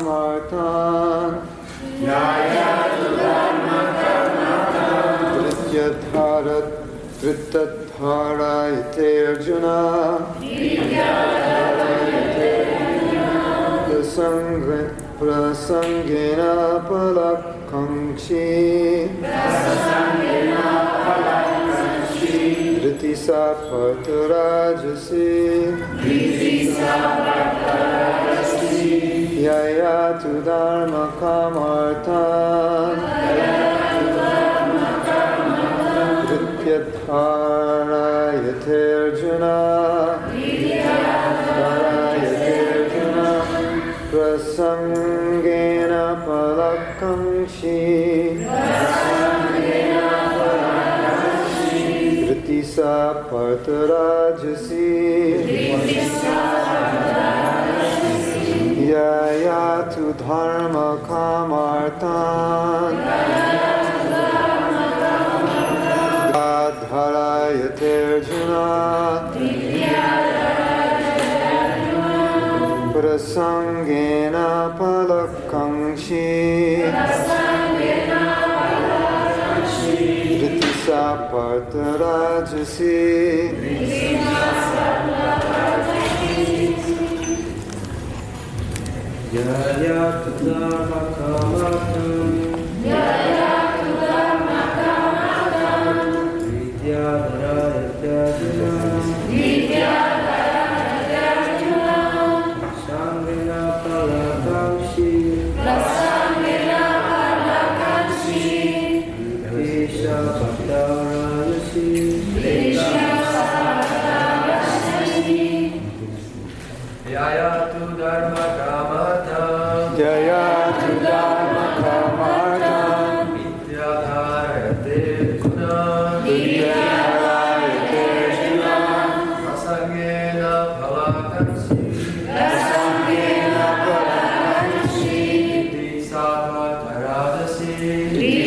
Dharmakamartan Trityadhara Trityadhara ite Arjuna Prasangre- Prasangena palakangshi Driti sapartarajasi Yaya tu dharma kamartan Krityadhara yaterjuna Krityadhara Prasangena palakangshi Vriti sa partarajasi Yaya tu dharma kamartan Adharayaterjuna Prasangena palakangshi Dritisa partarajasi Yaya Kudama Kamatam. Vidya Sangena Palakamshi. Videsha Bhaktarayashi. Yaya tu dharma kamatam Jaya tu dharma kamartan vidyadharate guna asangena bhavakamsi iti sadha taradasi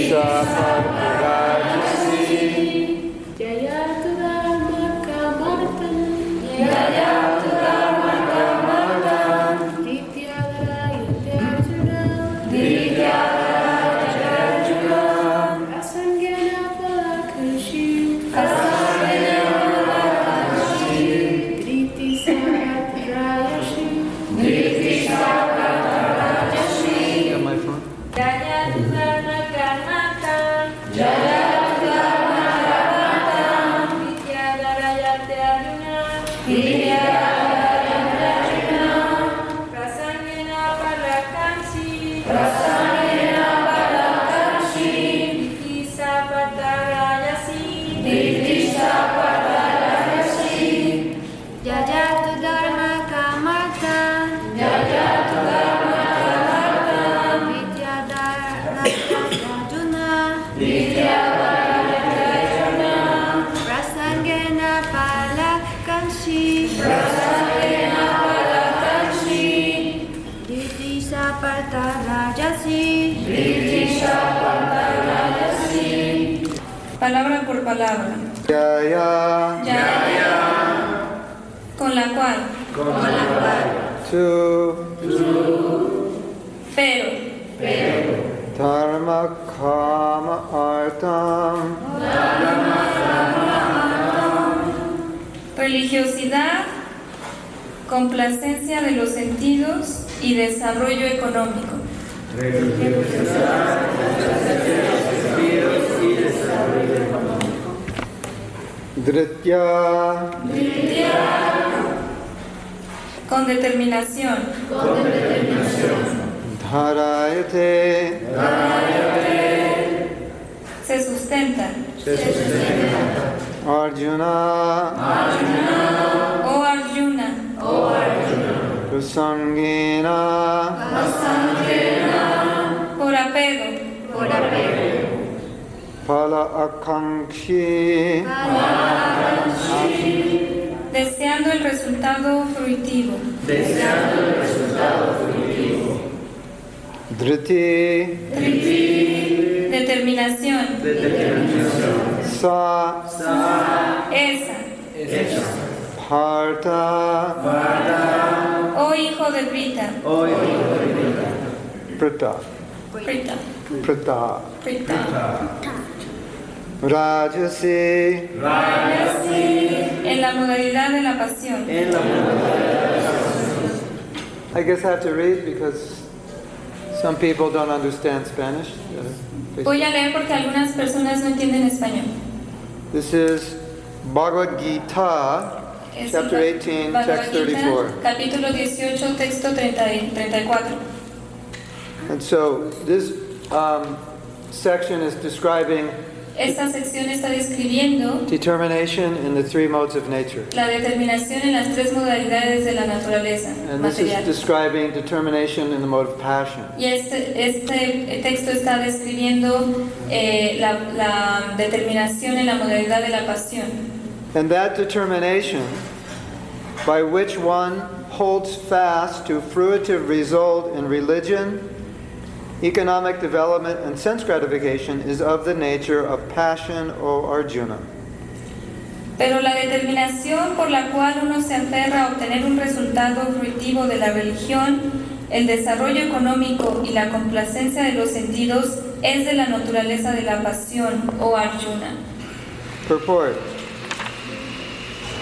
Jayatu Dharma Kamartan Dityadara Yudhyarjuna Asangena Palakrishಿ Driti Sahasrayashi Jaya Dharma Karnata Jaya Dharma Karnata Vidyadaraya Dharuna Vidyadaraya Dharuna Prasangena Palakamsi Prasangena Palakamsi Dikisa Patarayasi Dikisa Patarayasi Jaya Dharma Kamata Vidyadhara Arjuna Prasangena Palakanshi Didisha Partarajasi palabra por palabra, Jaya con la cual, tu pero, dharma kamartan religiosidad, complacencia de los sentidos y desarrollo económico. Dritya Con determinación, dharayate se sustenta, Arjuna oh Arjuna, prasangena por apego, phala akankshi deseando el resultado fruitivo. Driti Determinación, sa esa, bharta oh Oh hijo de Brita, Hoy Prita. Brita, Prita. Brita. Rajasi. En la modalidad de la pasión. en la I guess I have to read because some people don't understand Spanish. Uh, Pues Voy a leer porque algunas personas no entienden español. This is Bhagavad Gita, Es chapter el 18, Bhagavad text Gita, 34. Capítulo 18, texto 30 y 34. And so this um, section is describing Esta sección está describiendo determination in the three modes of nature. la determinación en las tres modalidades de la naturaleza And this is material. describing determination in the mode of passion. Y este, este texto está describiendo eh, la, la determinación en la modalidad de la pasión. And that determination by which one holds fast to fruitive result in religion, economic development, and sense gratification is of the nature of passion, O Arjuna. Pero la determinación por la cual uno se aferra a obtener un resultado fruitivo de la religión, el desarrollo económico y la complacencia de los sentidos es de la naturaleza de la pasión o Arjuna. Purport.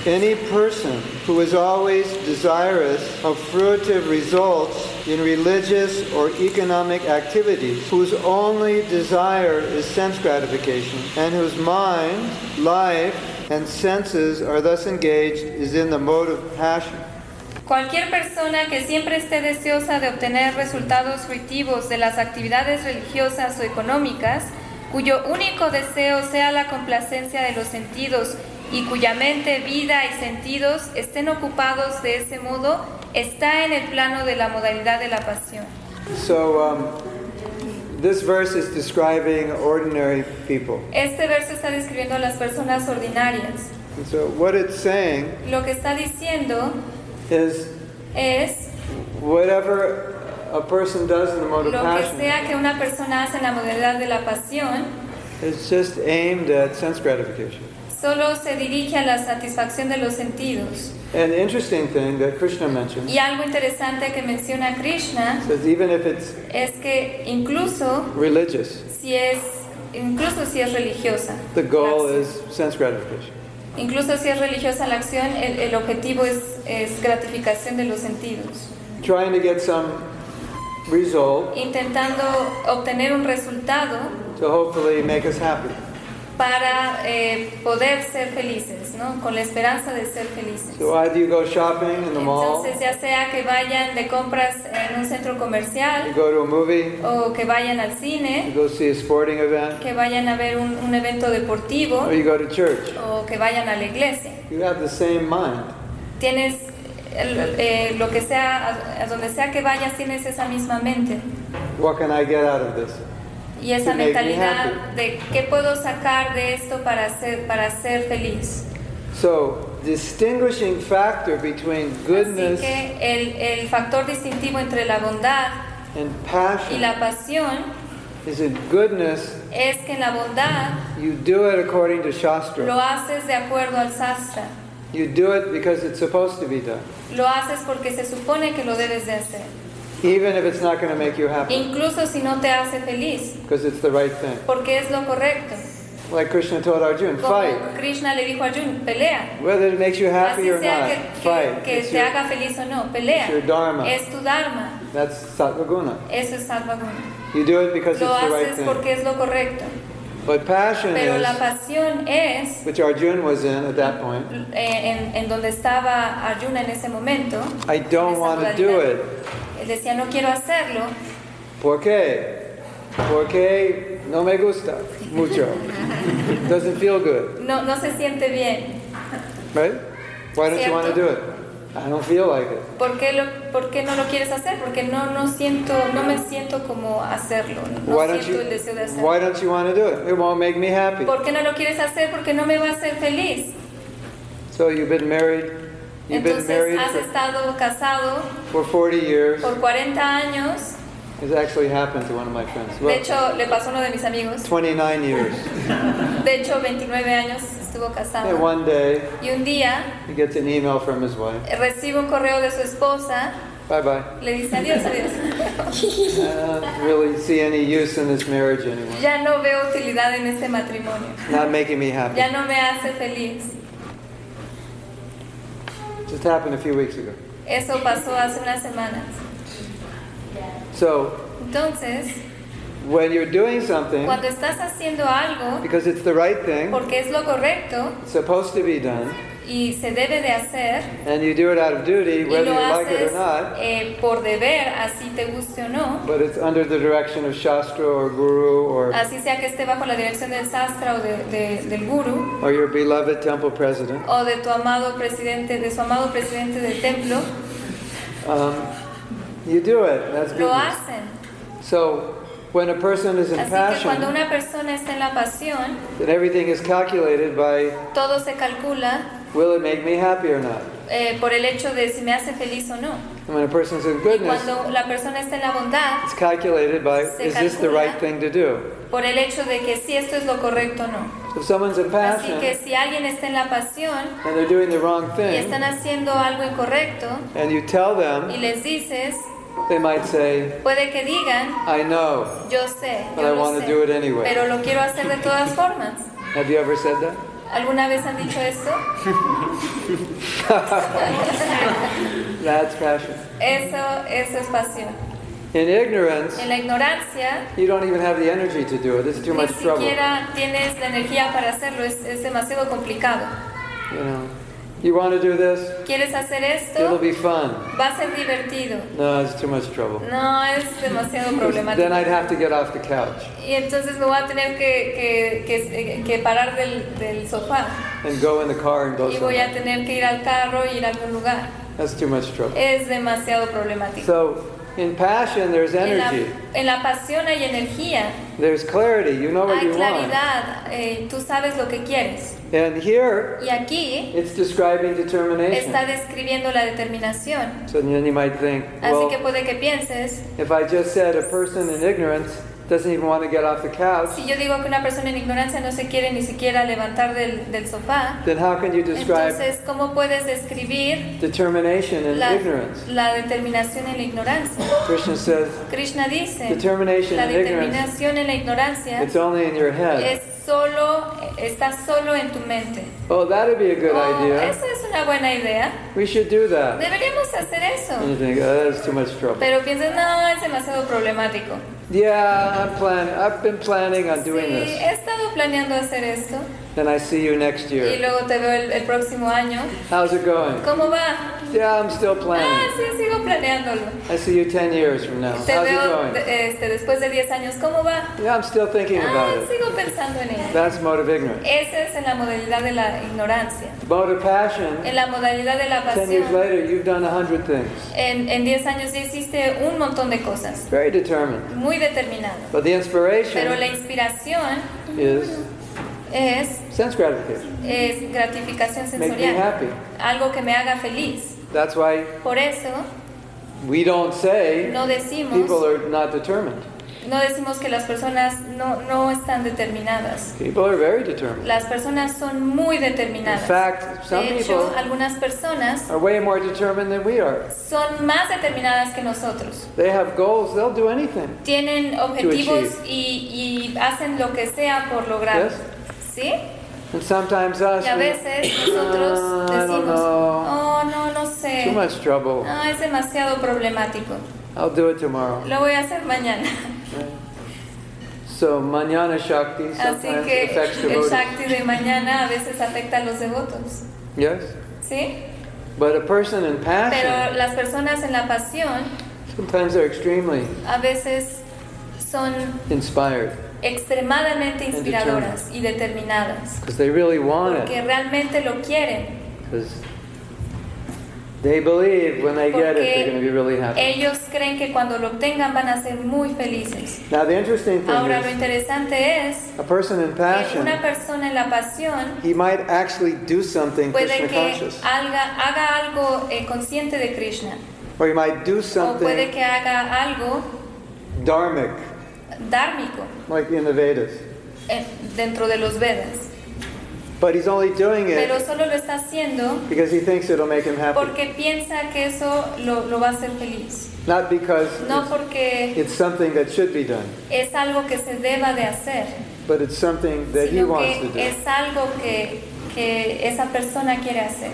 Any person who is always desirous of fruitive results in religious or economic activities, whose only desire is sense gratification, and whose mind, life, and senses are thus engaged, is in the mode of passion. Cualquier persona que siempre esté deseosa de obtener resultados fruitivos de las actividades religiosas o económicas, cuyo único deseo sea la complacencia de los sentidos y cuya mente, vida y sentidos estén ocupados de ese modo, está en el plano de la modalidad de la pasión. So, um, this verse is describing ordinary people. Este verso está describiendo a las personas ordinarias. And so, what it's saying Lo que está diciendo is es Whatever a person does in the mode of lo que passion sea que una persona hace en la modalidad de la pasión, is just aimed at sense gratification. solo se dirige a la satisfacción de los sentidos. An interesting thing that Krishna mentioned Y algo interesante que menciona Krishna says even if it's es que incluso religious, si es incluso si es religiosa, the goal la is acción- sense gratification. incluso si es religiosa la acción, el, el objetivo es, es gratificación de los sentidos, Trying to get some result intentando obtener un resultado to hopefully make us happy. para eh, poder ser felices, ¿no? Con la esperanza de ser felices. So either you go shopping in the mall, Entonces ya sea que vayan de compras en un centro you comercial go to a movie, o que vayan al you cine, go see a sporting event, que vayan a ver un, un evento deportivo or you go to church. o que vayan a la iglesia. You have the same mind. Tienes el- eh, lo que sea, a, a donde sea que vayas, tienes esa misma mente What can I get out of this? y esa To make me mentalidad happy. de qué puedo sacar de esto para ser, para ser feliz. So, distinguishing factor between Así goodness que el, el factor distintivo entre la bondad and y passion la pasión is in goodness, es que en la bondad you do it according to Shastra. lo haces de acuerdo al sastra, You do it because it's supposed to be done, lo haces porque se supone que lo debes de hacer, even if it's not going to make you happy, incluso si no te hace feliz. because it's the right thing. porque es lo correcto. Like Krishna told Arjuna, Como fight. Krishna le dijo a Arjuna, pelea. Whether it makes you happy Así or sea not, que, que, fight. que It's te your- haga feliz o no, pelea. it's your dharma. Es tu dharma. that's sattvaguna. Eso es salvaguarda. You do it because Lo it's the right haces thing. porque es lo correcto. But passion Pero la is, pasión es which Arjuna was in at that point, eh, en, en donde estaba Arjuna en ese momento. I don't esa want to do modalidad. it. Él decía, no quiero hacerlo ¿Por qué? Porque no me gusta mucho. Doesn't feel good. no, no se siente bien. Right? Why don't you want to Cierto. do it? I don't feel like it. ¿Por qué, lo, ¿Por qué no lo quieres hacer? Porque no, no, siento, no me siento como hacerlo. No Why don't you siento el deseo de hacerlo. Why don't you want to do it? It won't make me happy. ¿Por qué no lo quieres hacer? Porque no me va a hacer feliz. So you've been married. You've been Entonces married has for, estado casado for 40 years. por 40 años. It's actually happened to one of my friends. De Well, hecho, le pasó a uno de mis amigos. 29 years. De hecho, 29 años estuvo And casado. one day Y un día eh, he gets an email from his wife. recibe un correo de su esposa Bye bye. Le dice adiós, adiós. I don't really see any use in this marriage anymore. Ya no veo utilidad en este matrimonio. Not making me happy. Ya no me hace feliz. Just happened a few weeks ago. Eso pasó hace unas semanas. So Entonces, when you're doing something cuando estás haciendo algo because it's the right thing, porque es lo correcto it's supposed to be done, y se debe de hacer, and you do it out of duty, y whether lo you like it haces or not, eh, por deber, así te guste o no, but it's under the direction of Shastra or Guru or, así sea que esté bajo la dirección del sastra o de- de- del guru, or your beloved temple president, o de tu amado presidente, de su amado presidente del templo, um, you do it. That's good. lo news. hacen. So when a person is in Así que cuando passion, una persona está en la pasión, then everything is calculated by todo se calcula will it make me happy or not. eh, por el hecho de si me hace feliz o no. And when a person's in Y goodness, cuando la persona está en la bondad, It's calculated by Se is this the calcula. right thing to do? por el hecho de que si esto es lo correcto o no. If someone's in Así passion que si alguien está en la pasión and they're doing the wrong y thing, están haciendo algo incorrecto and you tell y them, les dices, they might say, puede que digan, I know. yo sé, But I yo lo wanna do it sé, anyway. pero lo quiero hacer de todas formas. Have you ever said that? ¿Alguna vez han dicho esto? That's passion. Eso, eso es pasión. In ignorance, En la ignorancia, you don't even have the energy to do it. It's too ni much trouble. You siquiera tienes la energía para hacerlo, es, es demasiado complicado. know, you want to do this? ¿Quieres hacer It'll esto? be fun. Va a ser divertido. No, it's too much trouble. No, es demasiado problemático. Pues, Then I'd have to get off the couch Y entonces me voy a tener que, que- que- que parar del, del sofá and go in the car and go y voy a somewhere. tener que ir al carro y ir a algún lugar. That's too much trouble. Es demasiado problemático. So, in passion, there's En la, energy. en la pasión hay energía, There's clarity. You know what hay you want. claridad, eh, tú sabes lo que quieres. And here, Y aquí it's describing determination. está describiendo la determinación. So then you might think, Así well, que puede que pienses, if I just said a person in ignorance doesn't even want to get off the couch, si yo digo que una persona en ignorancia no se quiere ni siquiera levantar del, del sofá, then how can you describe entonces ¿cómo puedes describir determination in la, ignorance? la determinación en la ignorancia? Krishna says, Krishna dice, determination la in ignorance, determinación en la ignorancia it's only in your head. es solo, está solo en tu mente. Oh, that'd be a good Oh, idea. esa es una buena idea. We should do that. Deberíamos hacer And eso. you think, oh, that's too much trouble. Pero piensas, no, es demasiado problemático. Yeah, I'm planning. I've been planning on Sí, doing this. he estado planeando hacer esto Then I see you next y year. luego te veo el, el próximo año. How's it going? ¿Cómo va? Yeah, I'm still Ah, planning. sí, sigo planeándolo. I see you 10 years from now. How's Te it veo going? de- este, después de 10 años. ¿Cómo va? Yeah, I'm still thinking Ah, about it. sigo pensando en ello. That's mode of ignorance. Esa es en la modalidad de la ignorancia. Mode of passion, En la modalidad de la 10 years pasión, later, you've done a 100 things. en, en 10 años ya hiciste un montón de cosas, Very determined. muy determinado. But the Pero inspiration la inspiración is es, sense gratification. es gratificación Make me sensorial, happy. algo que me haga feliz. That's why Por eso we don't say no decimos, people are not determined. no decimos que las personas no, no están determinadas. People are very determined. Las personas son muy In determinadas. fact, some De hecho, people algunas personas are way more determined than we are. son más determinadas que nosotros. They have goals, they'll do anything. tienen objetivos y, y hacen lo que sea por lograrlos. ¿Sí? And sometimes us, Y a we- veces nosotros Ah, I don't decimos, know. oh, no, no too sé. much trouble. Ah, es demasiado problemático. I'll do it tomorrow. Lo voy a hacer mañana. So, manana shakti Así sometimes que affects el devotees. Shakti de mañana a veces afecta a los devotos. Yes? ¿Sí? But a person in Pero passion, las personas en la pasión sometimes they're extremely a veces son inspired extremadamente inspiradoras y determinadas. because they really want Porque it. realmente lo quieren. Because they believe when they get it, they're going to be really happy. Ellos creen que cuando lo obtengan van a ser muy felices. Now, the interesting thing Ahora lo is, interesante es a person in que una passion, persona en la pasión he might actually do something puede Krishna que conscious, haga, haga algo eh, consciente de Krishna or he might do o puede something que haga algo dharmic, dármico like in the Vedas. eh, dentro de los Vedas. But he's only doing pero it solo lo está haciendo because he thinks it'll make him happy, porque piensa que eso lo, lo va a hacer feliz, not because no it's, porque it's something that should be done, es algo que se deba de hacer, but it's something that he sino wants to que do. es algo que, que esa persona quiere hacer.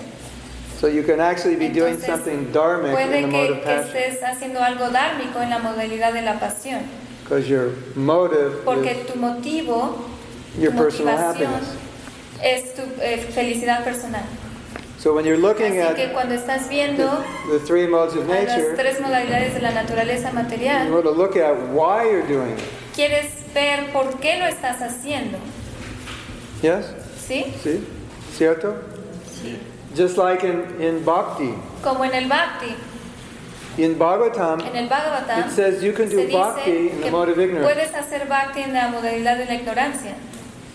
So you can actually be doing Entonces, something dharmic in the Puede mode que, of que passion estés haciendo algo dármico en la modalidad de la pasión, because your motive porque is tu motivo, your tu personal motivación happiness. es tu eh, felicidad personal. So when you're looking Así at que cuando estás viendo the, the three modes of a las nature, tres modalidades de la naturaleza you material, want to look at why you're doing it. quieres ver por qué lo estás haciendo, Yes? ¿sí? ¿Sí? ¿Cierto? Just like in, in Bhakti, Como en el Bhakti, in Bhagavatam, en el Bhagavatam, It says you can do se dice bhakti in the que mode of ignorance. puedes hacer Bhakti en la modalidad de la ignorancia.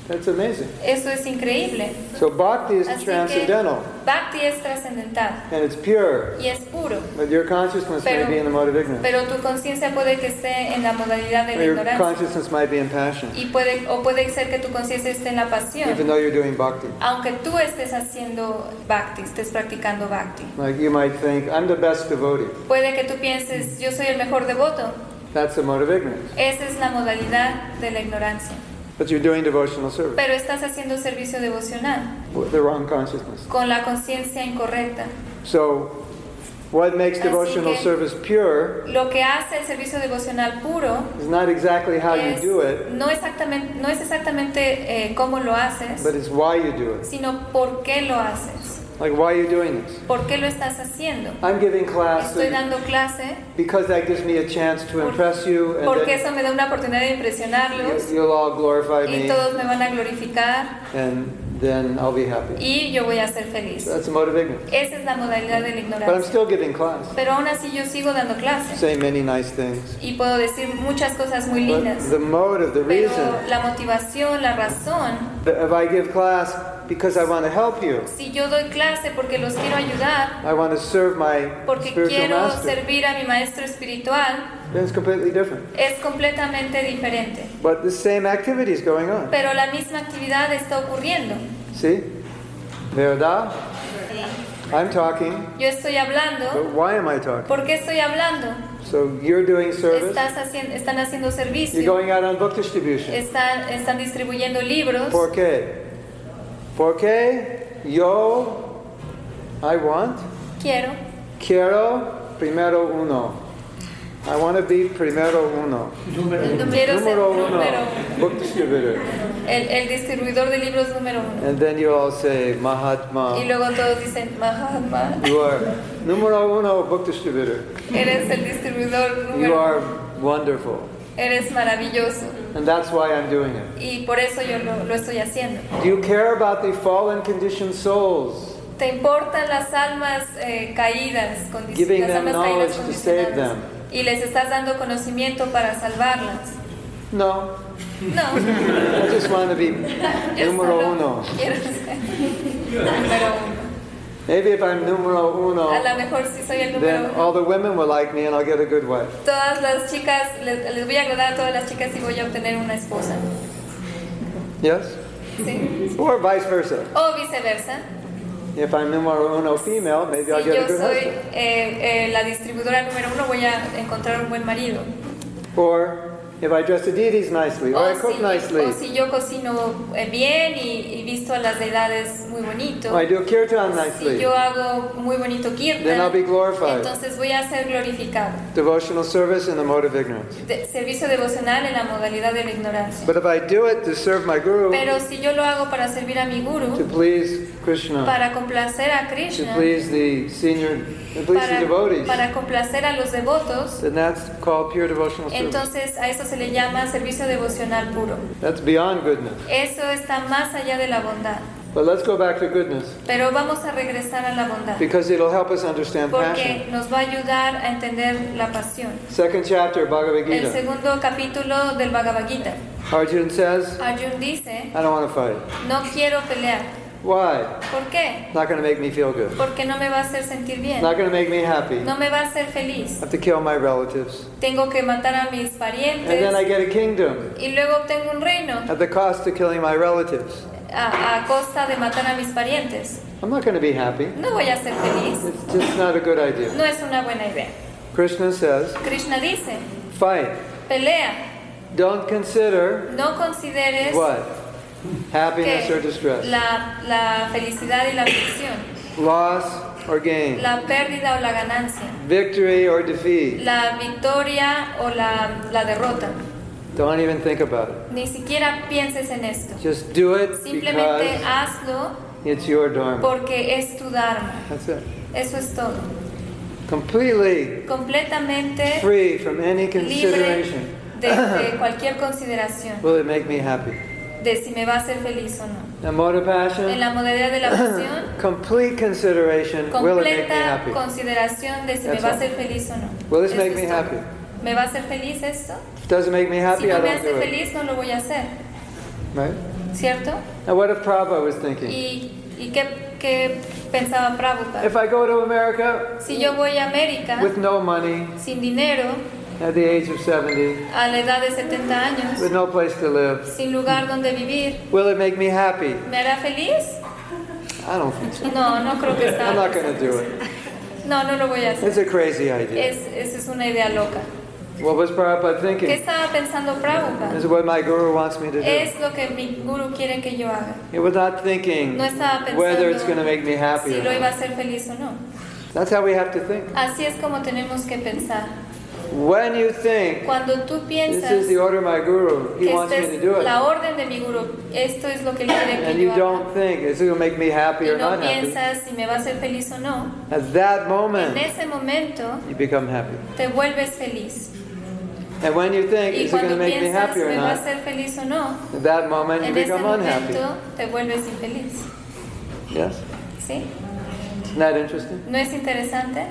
that's amazing. Eso es increíble. So Bhakti is Así transcendental que Bhakti es trascendental and it's pure, y es puro, but your consciousness Pero- may be in the mode of ignorance, pero tu conciencia puede que esté en la modalidad de or la your ignorancia consciousness might be in passion, y puede o puede ser que tu conciencia esté en la pasión. even though you're doing Bhakti. aunque tú estés haciendo bhakti, estés practicando bhakti. Like you might think, I'm the best devotee. Puede que tú pienses, yo soy el mejor devoto. That's the mode of ignorance. Esa es la modalidad de la ignorancia. But you're doing devotional service Pero estás haciendo servicio devocional with the wrong consciousness. con la conciencia incorrecta. So, what makes Así devotional que- service pure Lo que hace el servicio devocional puro is not exactly how you es, do it, no, exactamente, no es exactamente eh, cómo lo but haces, it's why you do it. sino por qué lo haces, Like, why are you doing this? por qué lo estás haciendo. I'm giving class Estoy dando clase because that gives me a chance to Por- impress you and porque then eso me da una oportunidad de impresionarlos you- you'll all glorify y me todos me van a glorificar and then I'll be happy. y yo voy a ser feliz. So that's a mode of ignorance. Esa es la modalidad de But la I'm ignorancia. still giving class, Pero aún así yo sigo dando clases saying many nice things. y puedo decir muchas cosas muy But lindas. the mode of the Pero reason, la motivación, la razón, if I give class because I want to help you, si yo doy clase porque los quiero ayudar, I want to serve my porque spiritual quiero master, servir a mi maestro espiritual, then it's completely different. es completamente diferente. But the same activity is going on. Pero la misma actividad está ocurriendo. See? ¿Verdad? I'm talking, Yo estoy hablando. but why am I talking? ¿Por qué estoy hablando? So you're doing service. Estás haciendo, están haciendo You're servicio. going out on book distribution. Están, están distribuyendo libros. ¿Por qué? Porque yo, I want, Quiero. quiero primero uno. I want to be primero uno. Quiero ser Número uno. número uno. Book distributor. El, el distribuidor de libros número uno. And then you all say, Y Mahatma. luego todos dicen, Mahatma, You are número uno book distributor. eres el distribuidor You número are uno. wonderful. Eres maravilloso. And that's why I'm doing it. Y por eso yo lo, lo estoy haciendo. Do you care about the fallen conditioned souls? ¿Te importan las almas eh, caídas, condi- Giving las them almas knowledge caídas to save condicionadas? them. Y les estás dando conocimiento para salvarlas. No. No, I just want to be yo número solo uno. quiero ser número uno. Maybe if I'm numero A uno, lo mejor sí soy el número then uno. all the women will like me and I'll get a good wife. Todas las chicas, les, les voy a agradar a todas las chicas y voy a obtener una esposa. Yes? ¿sí? Or vice versa. O viceversa. If I'm numero uno female, Si maybe I'll get a yo good soy husband. eh, eh, la distribuidora número uno, voy a encontrar un buen marido. Or if I dress the deities nicely, or I cook o nicely, si yo cocino eh, bien y, y visto a las deidades muy bonito. or I do kirtan Si nicely. yo hago muy bonito Then I'll kirtan, be glorified. entonces voy a ser glorificado. Devotional service in the mode of ignorance. De- servicio devocional en la modalidad de la ignorancia. But if I do it to serve my guru, Pero si yo lo hago para servir a mi to guru, please Krishna, para complacer a to Krishna, please the senior, to please the para, Pues, devotees, para complacer a los devotos, then that's called pure devotional service. entonces a eso se le llama servicio devocional puro. That's beyond goodness. Eso está más allá de la bondad. But let's go back to goodness. Pero vamos a regresar a la bondad, because it'll help us understand passion. porque nos va a ayudar a entender la pasión. Second chapter, Bhagavad El Gita. segundo capítulo del Bhagavad Gita, Arjun says, Arjun dice, I don't want to fight. no quiero pelear. Why? ¿Por qué? It's not going to make me feel good. Porque no me va a hacer sentir It's bien, not going to make me happy. I no me va a hacer feliz. have to kill my relatives. Tengo que matar a mis And then I parientes get a kingdom y luego obtengo un reino at the cost of killing my relatives. a, a costa de matar a mis parientes. I'm not going to be happy. No voy a ser feliz. It's just not a good idea. No es una buena idea. Krishna says, Krishna dice, fight. pelea, Don't consider no consideres what? Happiness or que distress, la, la felicidad y la aflicción, loss or gain, la pérdida o la ganancia, victory or defeat. la victoria o la, la derrota. Don't even think about it. Ni siquiera pienses en esto. Just do it Simplemente because hazlo it's your dharma. porque es tu Dharma. That's it. Eso es todo. Completely Completamente free from any libre consideration. de, de cualquier consideración Will it make me happy? de si me va a hacer feliz o no. The motor En passion, la modalidad de la pasión, complete consideration. Will it make me completa happy? consideración de si me That's va a all. hacer feliz o no. Will this Eso make me es todo. happy? ¿Me va a hacer feliz esto? If it doesn't make me si happy, no I me don't hace do it. feliz, no lo voy a hacer, Right? ¿cierto? Now, what if Prabhupada was thinking? ¿Y, y qué, qué pensaba Prabhupada? If I go to America Si yo voy a América with no money sin dinero, at the age of 70, a la edad de 70 años, with no place to live, sin lugar donde vivir, will it make me happy? ¿me hará feliz? I don't think so. No, no creo que sea. I'm not going to do it. No, no lo voy a hacer. It's a crazy idea. Es, esa es una idea loca. What was Prabhupada ¿Qué thinking? estaba pensando Prabhupada? This is what my guru wants me to do. Es lo que mi guru quiere que yo haga. He was not thinking No estaba pensando whether it's going to make me happy si or lo iba a not. hacer feliz o no. That's how we have to think. Así es como tenemos que pensar. When you think, Cuando tú this piensas is the order of my guru, he que wants esta me to do es la it, orden de mi guru, esto es lo que él quiere and que you yo haga, don't think, is it going to make me happy y or no not happy? piensas si me va a hacer feliz o no, At that en moment, ese momento you become happy. te vuelves feliz. And when you think, Y is it going to cuando make me piensas happy si or me va a not? hacer feliz o no, At that moment, you en ese become unhappy. momento te vuelves infeliz. Yes? ¿Sí? Isn't that interesting? ¿No es interesante?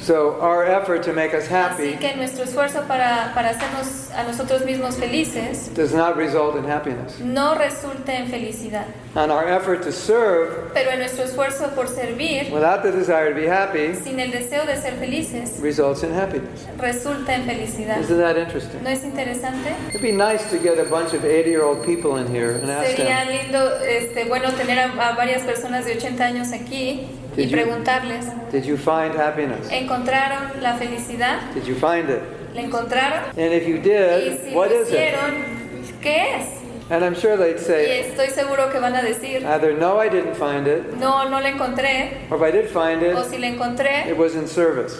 So, our effort to make us Así happy que nuestro esfuerzo para, para hacernos a nosotros mismos felices does not result in happiness. no resulta en felicidad. And our effort to serve Pero en nuestro esfuerzo por servir, without the desire to be happy sin el deseo de ser felices, results in happiness. resulta en felicidad. Isn't that interesting? ¿No es interesante? It'd be nice to get a bunch of 80 year old people in here and ask Sería them, lindo, este, bueno, tener a, a varias personas de 80 años aquí y Did you- preguntarles, Did you find happiness? ¿encontraron la felicidad? Did you find it? ¿La encontraron? And if you Y did, si what lo is it? hicieron, ¿qué es? And I'm sure they'd say, Y estoy seguro que van a decir, either no, I didn't find it, no, no la encontré, or if I did find o it, si la encontré, it was in service.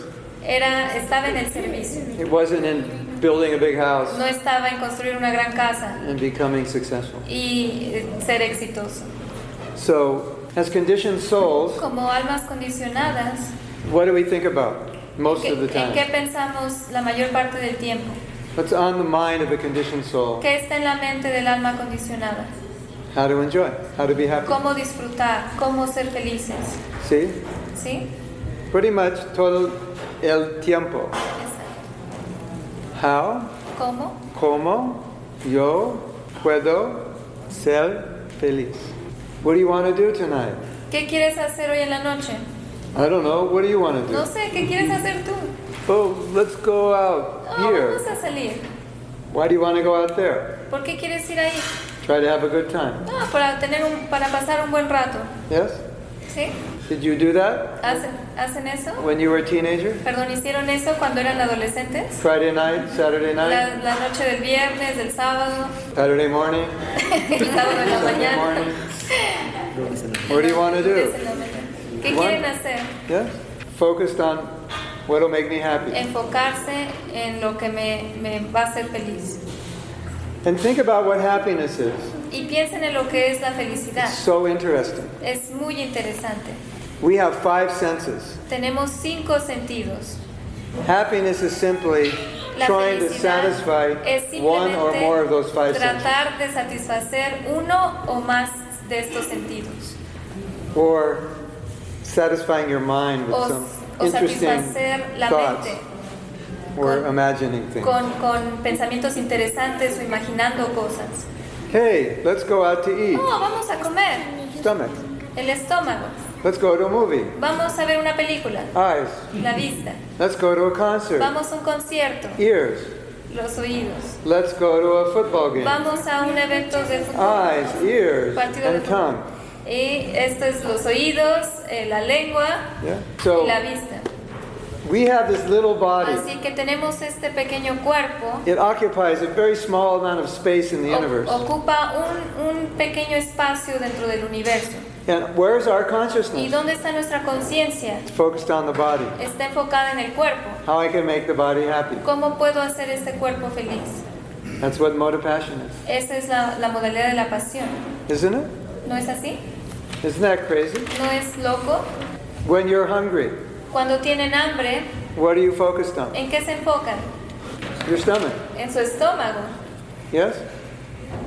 era, estaba en el servicio, It wasn't in building a big house no estaba en construir una gran casa and becoming successful. y eh, ser exitoso. So, as conditioned souls, Como almas condicionadas, what do we think about most ¿qué- of the ¿en qué time? pensamos la mayor parte del tiempo? What's on the mind of a conditioned soul? ¿Qué está en la mente del alma condicionada? How to enjoy, how to be happy. ¿Cómo disfrutar? ¿Cómo ser felices? See? ¿Sí? Pretty much todo el tiempo. Exacto. How, ¿Cómo? como yo puedo ser feliz. What do you want to do tonight? ¿Qué quieres hacer hoy en la noche? I don't know. What do you want to No do? sé, ¿qué quieres hacer tú? Oh, let's go out Oh, vamos here. a salir. Why do you want to go out there? ¿Por qué quieres ir ahí? Try to have a good time. No, para, tener un, para pasar un buen rato. Yes? ¿Sí? Did you do that ¿Hacen, ¿Hacen eso? when you were a teenager? Perdón, ¿hicieron eso cuando eran adolescentes? Friday night, Saturday La, night, la noche del viernes, del sábado, Saturday morning, el sábado en la Sunday mañana. morning? What do you want to Lunes do? en la mañana. ¿Qué What? quieren hacer? Yes? Focused on what'll make me happy. Enfocarse en lo que me, me va a hacer feliz. And think about what happiness is. Y piensen en lo que es la felicidad. It's so interesting. Es muy interesante. We have five senses. Tenemos cinco sentidos. Happiness is simply La trying to felicidad satisfy es one or more of those five senses. simplemente tratar de satisfacer uno o más de estos sentidos. Or satisfying your mind with O, some o interesting satisfacer la thoughts mente or con- imagining things. con, con pensamientos interesantes o imaginando cosas. Hey, let's go out to eat. No, vamos a comer. Stomach. El estómago. Let's go to a movie. Vamos a ver una película. Eyes. La vista. Let's go to a concert. Vamos a un concierto. Ears. los oídos. Let's go to a football game. Vamos a un evento de fútbol. Eyes, ears, Partido de and fútbol. tongue. Y esto es los oídos, eh, la lengua Yeah. y la So vista. we have this little body. Así que tenemos este pequeño cuerpo. It occupies a very small amount of space in the o- universe. Ocupa un, un pequeño espacio dentro del universo. And where's our ¿Y consciousness? dónde está nuestra conciencia? It's focused on the body. Está enfocada en el cuerpo. How I can make the body happy. ¿Cómo puedo hacer este cuerpo feliz? That's what motive passion is. Esa es la, la modalidad de la pasión. Isn't it? ¿No es así? Isn't that crazy? ¿No es loco? When you're hungry, Cuando tienen hambre, what are you focused on? ¿en qué se enfocan? Your stomach. En su estómago. Yes?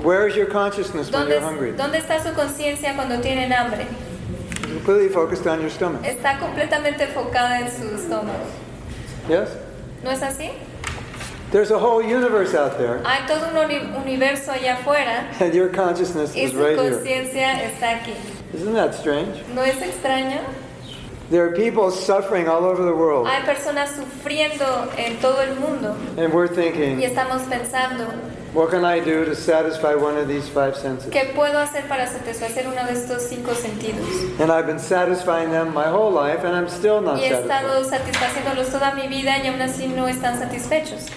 Where is your consciousness when ¿Dónde, you're hungry? dónde está su conciencia cuando tienen hambre? Completely focused on your stomach. Está completamente enfocada en su estómago. Yes? ¿No es así? There's a whole universe out there, Hay todo un uni- universo allá afuera and your consciousness y is su right here. conciencia está aquí. Isn't that strange? ¿No es extraño? There are people suffering all over the world, Hay personas sufriendo en todo el mundo and we're y thinking, estamos pensando, what can I do to satisfy one of these five senses? ¿qué puedo hacer para satisfacer uno de estos cinco sentidos? And I've been satisfying them my whole life, and I'm still not Y he satisfied. estado satisfaciéndolos toda mi vida y aún así no están satisfechos.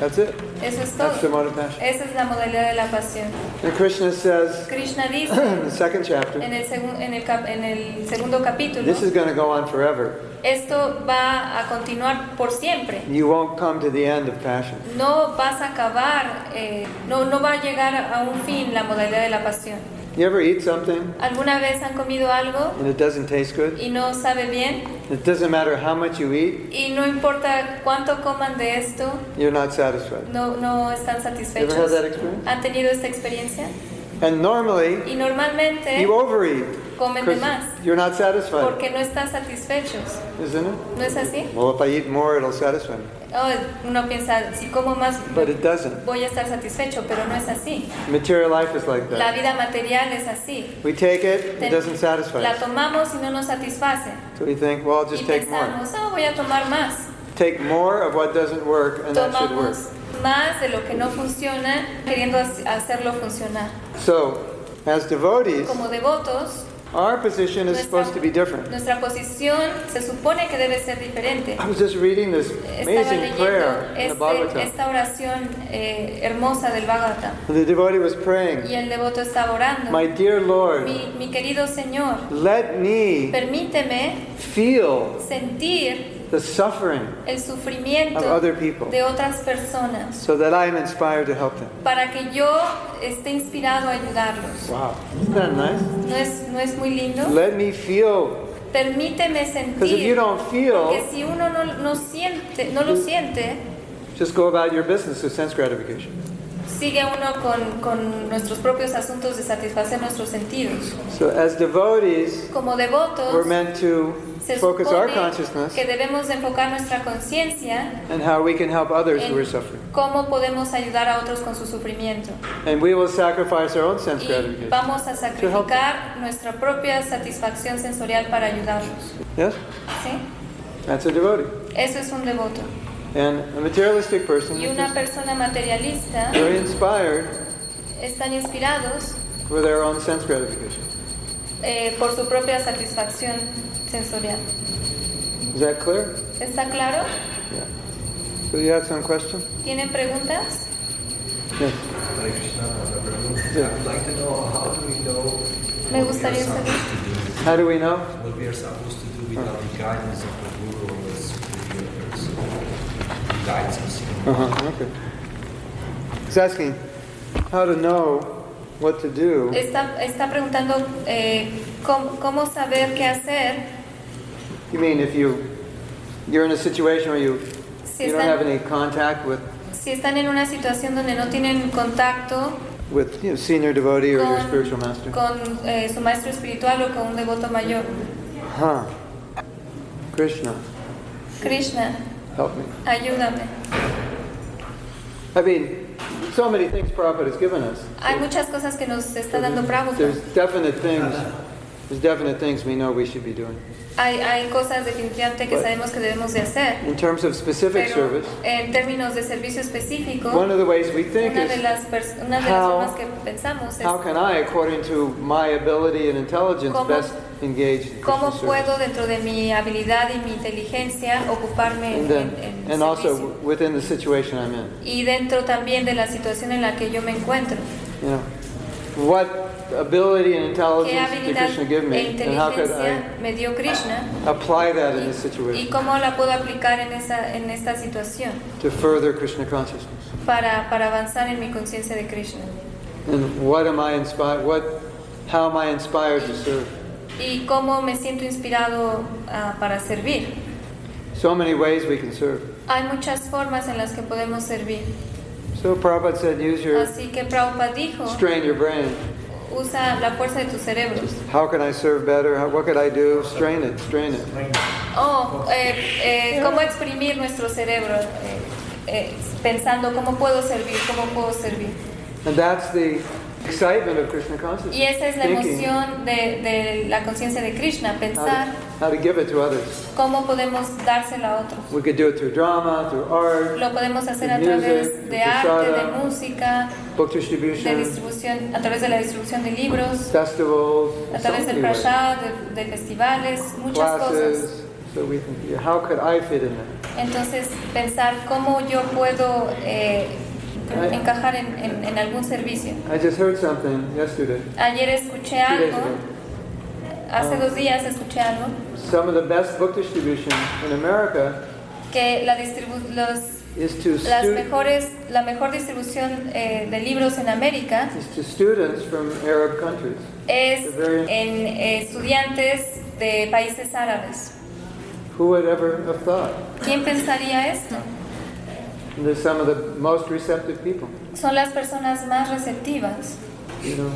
That's it. Eso es That's the todo. motive passion. Esa es la modalidad de la pasión. And Krishna says Krishna dice in the second chapter, en el, segun- en el cap- en el segundo capítulo, this is going to go on forever. esto va a continuar por siempre. You won't come to the end of passion. No vas a acabar, eh, no, no va a llegar a un fin la modalidad de la pasión. You ever eat something ¿Alguna vez han comido algo and it doesn't taste good? y no sabe bien? It doesn't matter how much you eat, Y no importa cuánto coman de esto, you're not satisfied. no, no están You ever had that satisfechos. experience? ¿Han tenido esta experiencia? And normally, Y normalmente you overeat comen de más because you're not satisfied, porque no están satisfechos. isn't it? ¿No es así? Well, if I eat more, it'll satisfy me. Oh, uno piensa, si como más But it doesn't. voy a estar satisfecho, pero no es así. Material life is like La that. vida material es así. We take it, it doesn't satisfy La us. tomamos y no nos satisface. So we think, well, I'll Y just take more. pensamos, oh, voy a tomar más. Take more of what doesn't work, and that should work. Tomamos más de lo que no funciona, queriendo hac- hacerlo funcionar. So, as devotees, Como devotos, our position is supposed to be different. nuestra posición se supone que debe ser diferente. I was just reading this Estaba amazing prayer in leyendo the este- Bhagavatam. esta oración eh, hermosa del Bhagavatam The devotee was praying, y el devoto estaba orando. My dear Lord, Mi, mi querido Señor, let me permíteme feel sentir the suffering el of sufrimiento other people de otras personas so that I am inspired to help them. para que yo esté inspirado a ayudarlos. Wow, isn't that nice? ¿No es, no es muy lindo? Let me feel. Permíteme Because if you sentir don't que feel, si uno no, no siente, no lo siente, just go about your business with sense gratification. sigue uno con, con nuestros propios asuntos de satisfacer nuestros sentidos. So, as devotees, Como we're devotos, meant to se focus our supone consciousness que debemos de enfocar nuestra conciencia and how we can help others who are suffering. en cómo podemos ayudar a otros con su sufrimiento. And we will sacrifice our own sense Y gratification. vamos a sacrificar nuestra propia satisfacción sensorial para ayudarlos. Yes? ¿sí? That's a devotee. Eso es un devoto. And a materialistic person Y is una just persona materialista very inspired están inspirados for their own sense gratification. eh, por su propia satisfacción sensorial. Is that clear? ¿Está claro? Yeah. So, you had some question? ¿Tienen preguntas? Yes. Hare Krishna, Hare Prabhu. I would like to know how do we know what we Me are gustaría supposed saber to do, How do we know? what we are supposed to do without the guidance of the guru or the superior person who guides us. Uh-huh, okay. He's asking how to know what to do Está, está preguntando eh, cómo, cómo saber qué hacer You mean if you you're in a situation where you si you don't have están, any contact with si están en una situación donde no tienen contacto with you know, senior devotee or your Con- spiritual master? con eh, su maestro espiritual o con un devoto mayor. Huh. Krishna, Krishna, help me. ayúdame. I mean, so many things Prabhupada has given us. Hay muchas cosas que nos está dando Prabhupada. There's definite things There's definite things we know we should be doing. Hay, hay cosas definitivamente que Bueno. sabemos que debemos de hacer. In terms of specific Pero service, en términos de servicio específico, one una of the ways we think de is las, pers- una de las how- formas que pensamos es how can I, according to my ability and intelligence, ¿Cómo- best engage in Krishna cómo service? puedo dentro de mi habilidad y mi inteligencia ocuparme And en, then, en- en and also servicio. within the situation I'm in. y dentro también de la situación en la que yo me encuentro. You know, what ability and ¿Qué intelligence did habilidad Krishna give e me, and how could inteligencia I me dio Krishna apply that in this y, y situation cómo la puedo aplicar en, esa, en esta situación to further Krishna consciousness? para, para avanzar en mi conciencia de Krishna? And what am I inspired? What, how am I inspired to serve? ¿Y cómo me siento inspirado ah, para servir? So many ways we can serve. Hay muchas formas en las que podemos servir. So Prabhupada said, use your Así que Prabhupada dijo, strain your brain. usa la fuerza de tu cerebro. How can I serve better? How, what could I do? Strain it, strain it. Oh, eh, eh, cómo exprimir nuestro cerebro, eh, eh, pensando cómo puedo servir, cómo puedo servir. And that's the excitement of Krishna consciousness. Y esa es la Thinking emoción de, de la conciencia de Krishna, how to, pensar how to give it to others. cómo podemos dársela a otros. We could do it through drama, through art, Lo podemos hacer a Music, través de arte, de prasada, música, book de distribution, distribución, a través de la distribución de libros, festivals, a so través del many ways. prashad, de, de festivales, muchas cosas. classes. So we think, yeah, how could I fit in that? Entonces, pensar cómo yo puedo eh, encajar en, en- en algún servicio. I just heard something yesterday. Ayer escuché Two days algo, ago. hace dos días escuché algo, Some of the best book distribution in America que la distribu- los- is to, las stu- mejores, la mejor distribución eh, de libros en América is to students from Arab countries. es en eh, estudiantes de países árabes. Who would ever have thought? ¿Quién pensaría esto? And they're some of the most receptive people. Son las personas más receptivas. You know,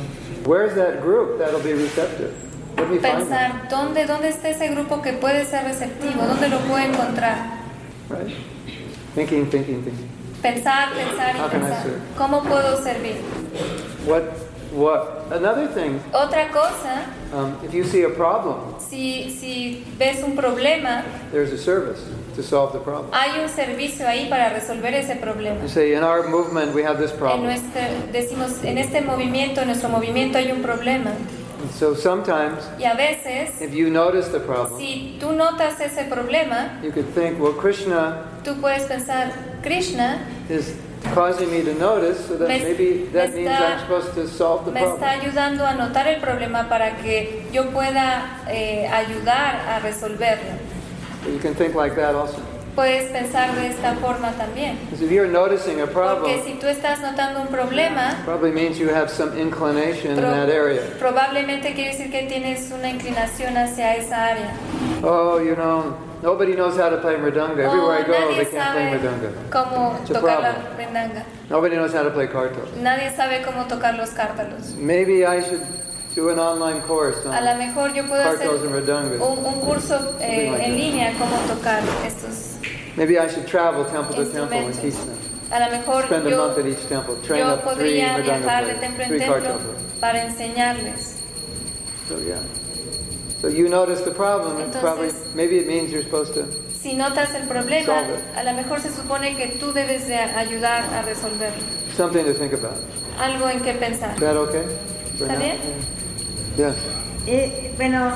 where's that group that'll be receptive? Let me find them. Pensar dónde, dónde está ese grupo que puede ser receptivo, dónde lo puedo encontrar. Right? Thinking, thinking, thinking. Pensar, pensar How y Ah, can I pensar. serve? ¿Cómo puedo servir? What? What? Another thing. Otra cosa, Um, if you see a problem, si, si ves un problema, there's a service to solve the problem. hay un servicio ahí para resolver ese problema. You say, in our movement, we have this En problem. nuestro, decimos, en este movimiento, en nuestro movimiento hay un problema. And so sometimes, Y a veces, if you notice the problem, si tú notas ese problema, you could think, well, Krishna tú puedes pensar, Krishna is causing me to notice, so that Me- maybe that me means está- I'm supposed to solve the me está problem. ayudando a notar el problema para que yo pueda eh, ayudar a resolverlo. So you can think like that also. Puedes pensar de esta forma también. Because if you're noticing a Porque problem, si tú estás notando un problema, probably means you have some inclination in pro- that area. probablemente quiere decir que tienes una inclinación hacia esa área. Oh, you know, nobody knows how to play merdunga. Everywhere I O go, nadie they can't play sabe merdunga. cómo It's a tocar la problem. rendanga. Nobody knows how to play karto. Nadie sabe cómo tocar los cártalos. Maybe I should do an online course A lo on mejor yo puedo hacer kartos and merdungas. un, un curso eh, Something like en that. línea cómo tocar estos. Maybe I should travel temple to temple and Instrumentos. teach them. A lo mejor Spend a yo, month at each temple. Train yo up three podría Madonna viajar de players, templo en three templo Karta players. para enseñarles. So yeah. So you notice the problem. and Entonces- probably maybe it means you're supposed to. Si notas el problema, Solve it. a lo mejor se supone que tú debes de ayudar a resolverlo. Something to think about. Algo en qué pensar. Is that okay? For ¿Está now? bien? Yeah. Eh, bueno,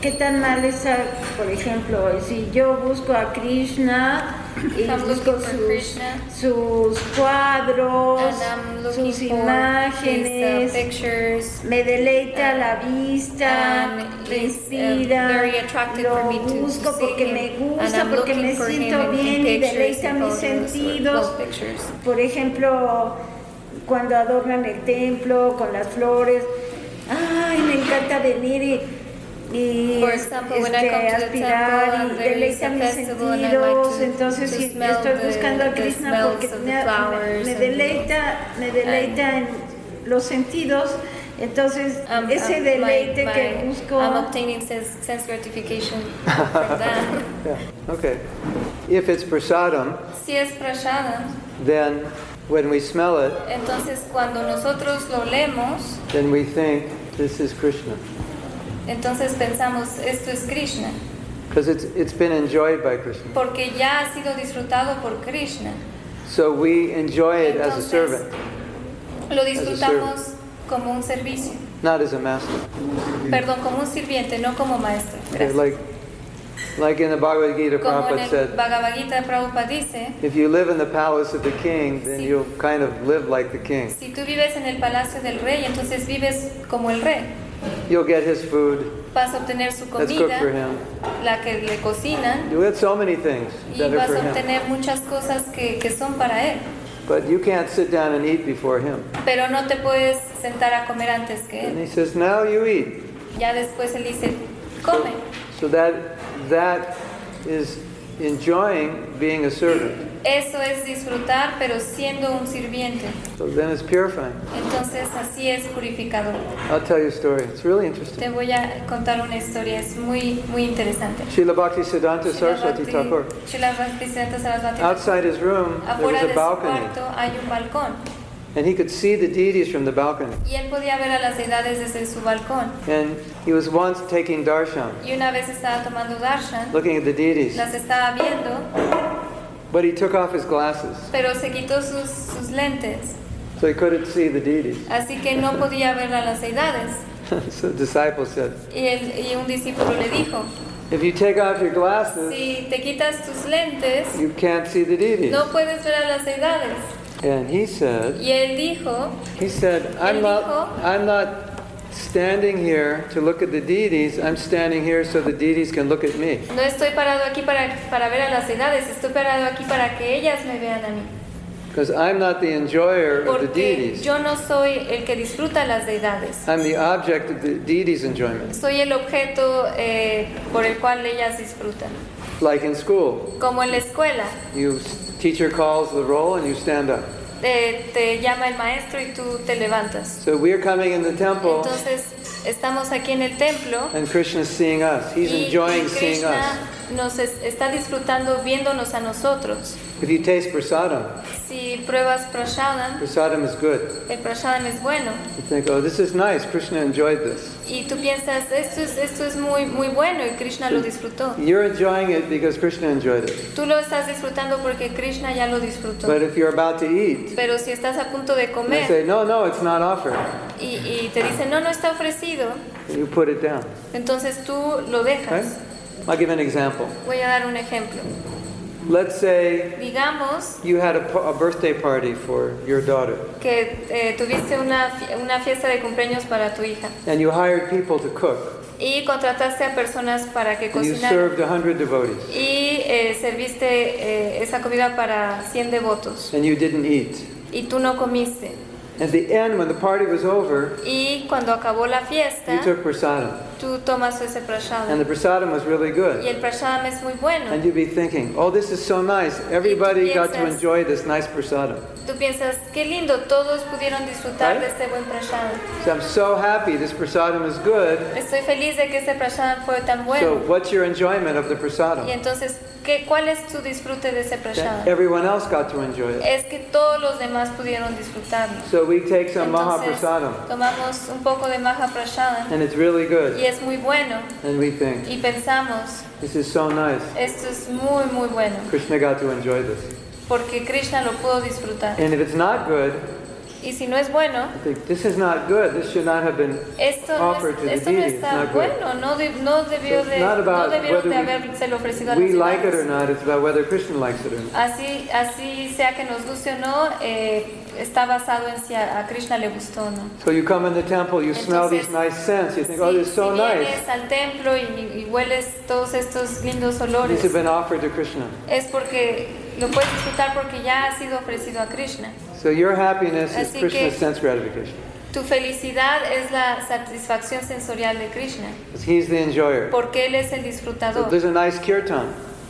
¿qué tan mal es, ah, por ejemplo, si yo busco a Krishna y I'm busco looking for sus, Krishna. sus cuadros, And I'm looking sus for his, uh, imágenes, pictures. me deleita la vista, and me is, uh, inspira, very attractive for lo me to busco see porque him, me and gusta, I'm porque me looking for him siento in- in bien y pictures, deleita in mis photos, or sentidos. those pictures. Por ejemplo, cuando adornan el templo con las flores, ay, me encanta venir y, y este, For example, when I come to the aspirar temple and y there is deleita a mis festival and I like sentidos. to- Entonces, to si smell estoy the- buscando a the Krishna smells porque of the me, flowers me and- deleita, me deleita en los sentidos. Entonces, I'm- ese I'm- deleite Um, my- que my- busco, I'm obtaining sense, sense gratification from that. Yeah. Okay. If it's prasadam, Si es prashada, then when we smell it, entonces cuando nosotros lo leemos, then we think this is Krishna. Entonces pensamos, esto es Krishna, because it's, it's been enjoyed by Krishna. porque ya ha sido disfrutado por Krishna. So we enjoy it as a Entonces, servant, lo a disfrutamos como un servicio, not as a master. perdón, como un sirviente, no como maestro. Okay, Gracias. Like, like in the Bhagavad Gita, Como en Prabhupada el said, Bhagavad Gita Prabhupada dice, if you live in the palace of the king, then Sí. you'll kind of live like the king. si tú vives en el palacio del rey, entonces vives como el rey. You'll get his food Vas a obtener su that's cooked comida, for him. la que le cocinan, You'll get so many things y that are vas for a him. obtener muchas cosas que, que son para él. But you can't sit down and eat before him. Pero no te puedes sentar a comer antes que And él. he says, now you eat. Ya después él dice, come. So that, that is enjoying being a servant. Eso es disfrutar, pero siendo un sirviente. So then it's purifying. Entonces así es purificador. I'll tell you a story. It's really interesting. Te voy a contar una historia, es muy, muy interesante. Srila Bhakti Siddhanta Srila Saraswati Bhakti- Thakur. Srila Bhaktisiddhanta Sarasvati Thakur. Outside his room, there Afuera was de a su balcony. cuarto hay un balcón And he could see the deities from the balcony. y él podía ver a las deidades desde su balcón. And he was once taking darshan, Y una vez estaba tomando darshan, looking at the deities. las estaba viendo, But he took off his glasses, pero se quitó sus, sus lentes, so he couldn't see the deities. así que no podía ver a las deidades. so the disciple said, Y, él- y un discípulo le dijo, If you take off your glasses, si te quitas tus lentes, you can't see the deities. no puedes ver a las deidades. And he said, Y él dijo, He said, I'm Él not, dijo- I'm not standing here to look at the deities, I'm standing here so the deities can look at me. no estoy parado aquí para, para ver a las deidades, estoy parado aquí para que ellas me vean a mí. Because I'm not the enjoyer of the Porque deities, yo no soy el que disfruta las deidades. I'm the object of the deities' enjoyment. Soy el objeto eh, por el cual ellas disfrutan. Like in school, Como en la escuela, You teacher calls the roll and you stand up. eh, te llama el maestro y tú te levantas. So we're coming in the temple Entonces, estamos aquí en el templo and Krishna's seeing us. He's y, enjoying y seeing us. Krishna nos es- está disfrutando viéndonos a nosotros. If you taste prasadam, Si pruebas prasadam, prasadam is good. el prasadam es bueno You think, oh, this is nice. Krishna enjoyed this. y tú piensas, esto es, esto es muy, muy bueno y Krishna lo disfrutó. You're enjoying it because Krishna enjoyed it. Tú lo estás disfrutando porque Krishna ya lo disfrutó. But if you're about to eat, Pero si estás a punto de and they comer say, no, no, it's not offered. y, y te dicen, no, no está ofrecido, And you put it down. entonces tú lo Right? dejas. I'll give an example. Voy a dar un ejemplo. Let's say Digamos you had a, pa- a birthday party for your daughter que eh, tuviste una, fi- una fiesta de cumpleaños para tu hija and you hired people to cook y contrataste a personas para que and you cocinaran served 100 devotees y eh, serviste eh, esa comida para 100 devotos and you didn't eat. y tú no comiste. At the end, when the party was over, Y cuando acabó la fiesta, you took prasadam. tú tomas ese And prasadam the prasadam was really y good. el prasadam es muy bueno. And you'd be thinking, oh, this is so nice. Everybody got to enjoy this nice prasadam. Tú piensas, qué lindo, todos pudieron disfrutar de Right? este buen prashadam. So I'm so happy this prasadam is good. Estoy feliz de que este prashadam fue tan So bueno. what's your enjoyment of the Y prasadam? entonces, ¿qué, ¿cuál es tu disfrute de ese That prashadam? Everyone else got to enjoy it. Es que todos los demás pudieron disfrutarlo. So we take some Entonces, mahaprasadam, tomamos un poco de maha prashadam and it's really good. y es muy bueno. And we think, Y pensamos, this is so nice. esto es muy, muy bueno, Krishna got to enjoy this. porque Krishna lo pudo disfrutar. And if it's not good, Y si no es bueno, I think, this is not good. This should not have been. esto no, Offered to es- the esto no deity, it's está not good. bueno, no, de- no debió So it's de, not no about debieron de whether we- habérselo ofrecido a los We like it or demás. not, it's about whether Krishna likes it or not. Así, así sea que nos guste o no, eh, está basado en si a, a Krishna le gustó o no. So you come in the temple, you smell these nice scents, you think, oh, this si, is so si nice. vienes al templo y, y hueles todos estos lindos These olores, have been offered to Krishna. es porque lo puedes disfrutar porque ya ha sido ofrecido a Krishna. So your happiness is Así Krishna's que- sense gratification. Tu felicidad es la satisfacción sensorial de Krishna, 'Cause He's the enjoyer. porque Él es el So disfrutador. there's a nice kirtan.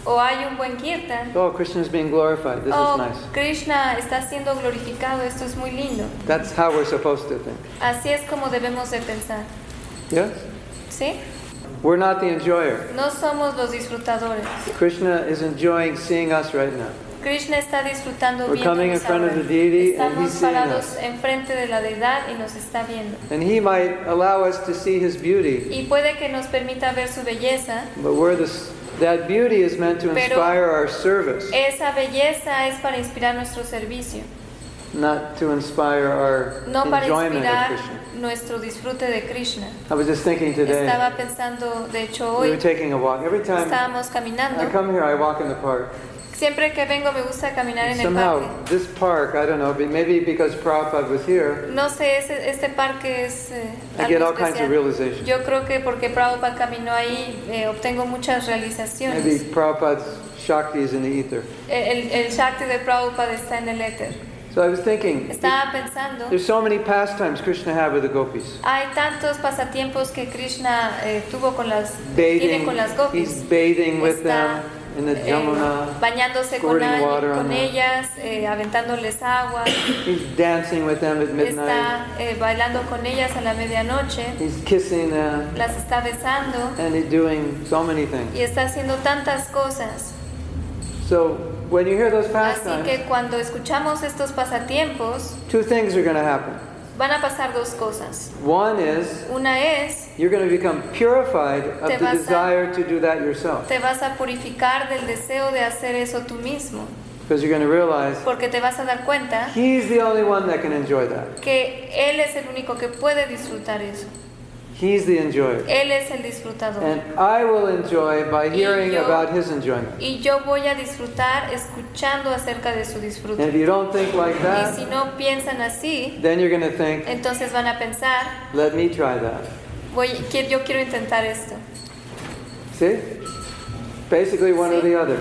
O hay un buen kirtan. Oh, Krishna's being glorified. This is Oh, nice. Krishna está siendo glorificado, esto es muy lindo. That's how we're supposed to think. Así es como debemos de pensar, Yes? ¿sí? We're not the enjoyer. No somos los disfrutadores. Krishna is enjoying seeing us right now. Krishna está disfrutando We're viéndonos coming in front of ahora. the deity and Estamos he's seeing parados us. enfrente de la deidad y nos está viendo. And he might allow us to see his beauty, Y puede que nos permita ver su belleza. but we're the, s- that beauty is meant to Pero- eh inspire our service, Esa belleza es para inspirar nuestro servicio, not to inspire our no para enjoyment of inspirar Krishna. nuestro disfrute de Krishna. I was just thinking today, Estaba pensando, de hecho we were hoy, taking a walk. Every time estábamos I caminando. come here, I walk in the park. Siempre que vengo me gusta caminar en el parque. Somehow, this park, I don't know, but maybe because Prabhupada was here, No sé, ese- este parque es eh, I get algo all kinds of especial. realizations. Yo creo que porque Prabhupada caminó ahí eh, obtengo muchas realizaciones. Maybe Prabhupada's Shakti is in the ether. El, el Shakti de Prabhupada está en el éter. So I was thinking, Estaba pensando, there's so many pastimes Krishna had with the gopis. hay tantos pasatiempos que Krishna eh, tuvo con las, tiene Bathing, con las he's gopis. bathing with Está them in the eh, Jamuna. bañándose con, squirting al- water on con them. ellas, eh, aventándoles agua, He's dancing with them at midnight. está eh, bailando con ellas a la medianoche, He's kissing them, las está besando and he's doing so many things. y está haciendo tantas cosas. So when you hear those Así que pastimes, cuando escuchamos estos pasatiempos, two things are going to happen. van a pasar dos cosas. One is Una es, you're going to become purified Te of the vas a- desire to do that yourself, te vas a purificar del deseo de hacer eso tú mismo, because you're going to realize porque te vas a dar cuenta he's the only one that can enjoy that. que Él es el único que puede disfrutar eso. He's the enjoyer. Él es el disfrutador. And I will enjoy by hearing yo- about his enjoyment. Y yo voy a disfrutar escuchando acerca de su And if disfrute. you don't think like Y si that, no piensan así, then you're going to think, entonces van a pensar, let me try that. voy, que- yo quiero intentar esto. See? Basically, one or Sí. the other.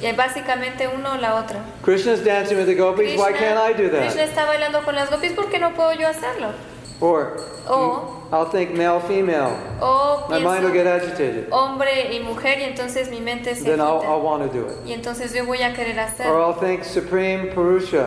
Y básicamente uno o la otra. Krishna's dancing with the gopis, why can't I do Krishna that? está bailando con las gopis, ¿por qué no puedo yo hacerlo? Or, mm, O, I'll think male, female. o My mind will get pienso agitated. hombre y mujer y entonces mi mente se Then I'll, I'll agita. want to do it. Y entonces yo voy a querer Or hacerlo. I'll think supreme Purusha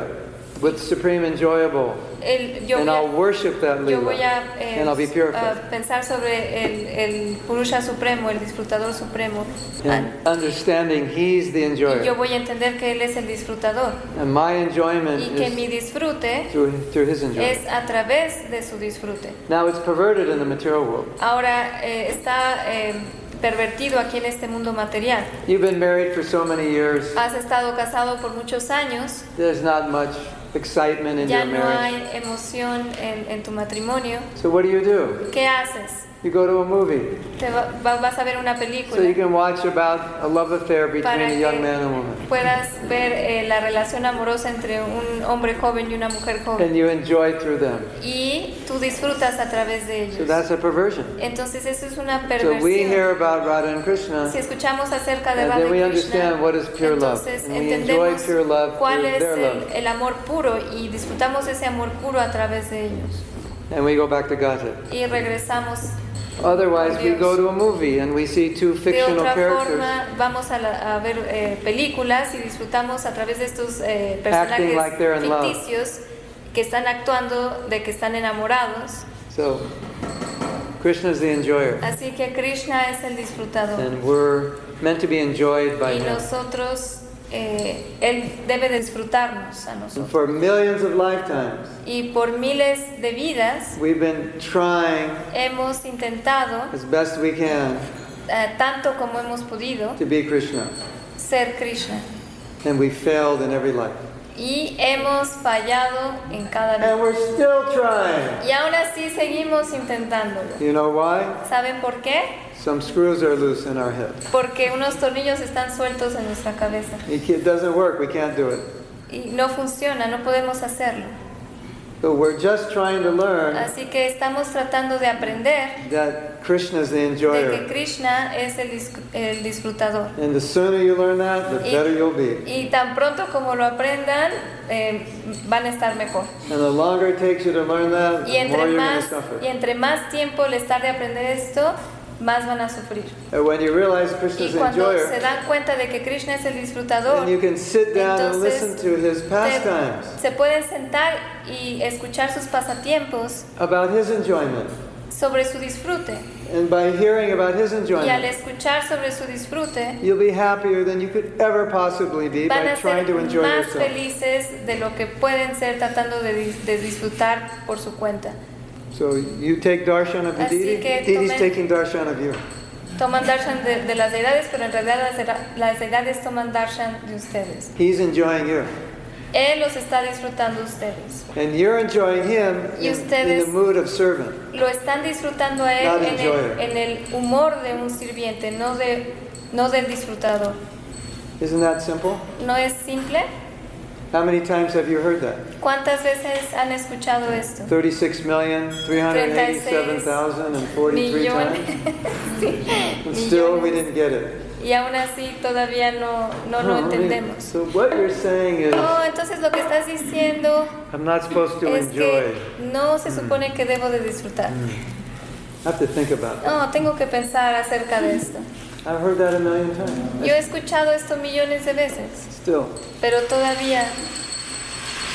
with supreme enjoyable. El- yo And voy a- I'll worship that Yo voy Leela. a, eh, And I'll be purified. a pensar sobre el, el Purusha Supremo, el disfrutador supremo. Ah, And understanding he's the Y yo enjoyer. voy a entender que Él es el disfrutador And my enjoyment y que mi is disfrute through, through his enjoyment. es a través de su disfrute. Now it's perverted in the material world. Ahora eh, está eh, pervertido aquí en este mundo material. You've been married for so many years. Has estado casado por muchos años, There's not much excitement in ya your no marriage. hay emoción en, en tu matrimonio. So what do you do? ¿Qué haces? You go to a movie Te va- va- vas a ver una so you película can watch about a love affair between para a que young man and woman. puedas ver eh, la relación amorosa entre un hombre joven y una mujer joven. And you enjoy through them. Y tú disfrutas a través de So ellos. that's a perversion. Entonces eso es una So we perversión. hear about Radha and Krishna Si escuchamos acerca de And Radha then we y understand Krishna, what is pure love. entonces And we enjoy entendemos pure love cuál through es their el, love. el amor puro y disfrutamos ese amor puro a través de ellos. And we go back to Godhead. Y regresamos. Otherwise, we Dios. go to a movie and we see two De fictional otra characters forma, vamos a, la- a ver eh, películas y disfrutamos a través de estos eh, Acting personajes like they're in love. ficticios que están actuando de que están enamorados. So Krishna's the enjoyer, Así que Krishna es el disfrutador. and we're meant to be enjoyed by y Him. nosotros, eh, Él debe de disfrutarnos a And nosotros. for millions of lifetimes, Y por miles de vidas we've been trying hemos intentado, as best we can eh, tanto como hemos podido, to be Krishna, ser Krishna. and we failed in every life. Y hemos fallado en cada vida. And we're still trying. Y aún así seguimos intentándolo. You know why? ¿Saben por qué? Some screws are loose in our head. Porque unos tornillos están sueltos en nuestra cabeza. It doesn't work. We can't do it. Y no funciona, no podemos hacerlo. So we're just trying to learn Así que estamos tratando de aprender that Krishna's the de que enjoyer. Krishna es el, dis- el disfrutador. And the sooner you learn that, the better you'll be. Y tan pronto como lo aprendan, eh, van a estar mejor. And the longer it takes you to learn that, Y the entre, more you're going más, to suffer. y entre más tiempo les tarde aprender esto, más van a sufrir. And when you realize Y Krishna's the cuando se enjoyer, dan cuenta de que Krishna es el disfrutador, then you can sit down and Entonces, listen to his pastimes, se, se pueden sentar y escuchar sus pasatiempos, about his enjoyment. sobre su disfrute. And by hearing about his Y al enjoyment, escuchar sobre su disfrute, you'll be happier than you could ever possibly be van by a trying ser to enjoy más yourself. felices de lo que pueden ser tratando de, dis- de disfrutar por su cuenta. So you take darshan of the Así deity, que deity's tomen- taking darshan of you. Toman darshan de, de las deidades, pero en realidad las, dera- las deidades toman darshan de ustedes. He's enjoying you. Él los está disfrutando a ustedes. And you're enjoying him Y in, in the ustedes- mood of servant. Lo están disfrutando a él Not en el, enjoyer. en el humor de un sirviente, no, de, no del disfrutador. Isn't that simple? ¿No es simple? How many times have you heard that? ¿Cuántas veces han escuchado esto? 36,387,043 Millones. times. Sí, And still, we millones. didn't get it. Y aún así todavía no, no lo Huh, I mean, entendemos. so what you're saying is, No, entonces lo que estás diciendo I'm not supposed to es que enjoy. no se supone que debo de disfrutar. I have to think about that. No, tengo que pensar acerca de esto. I've heard that a million times. Yo he escuchado esto millones de veces, Still. pero todavía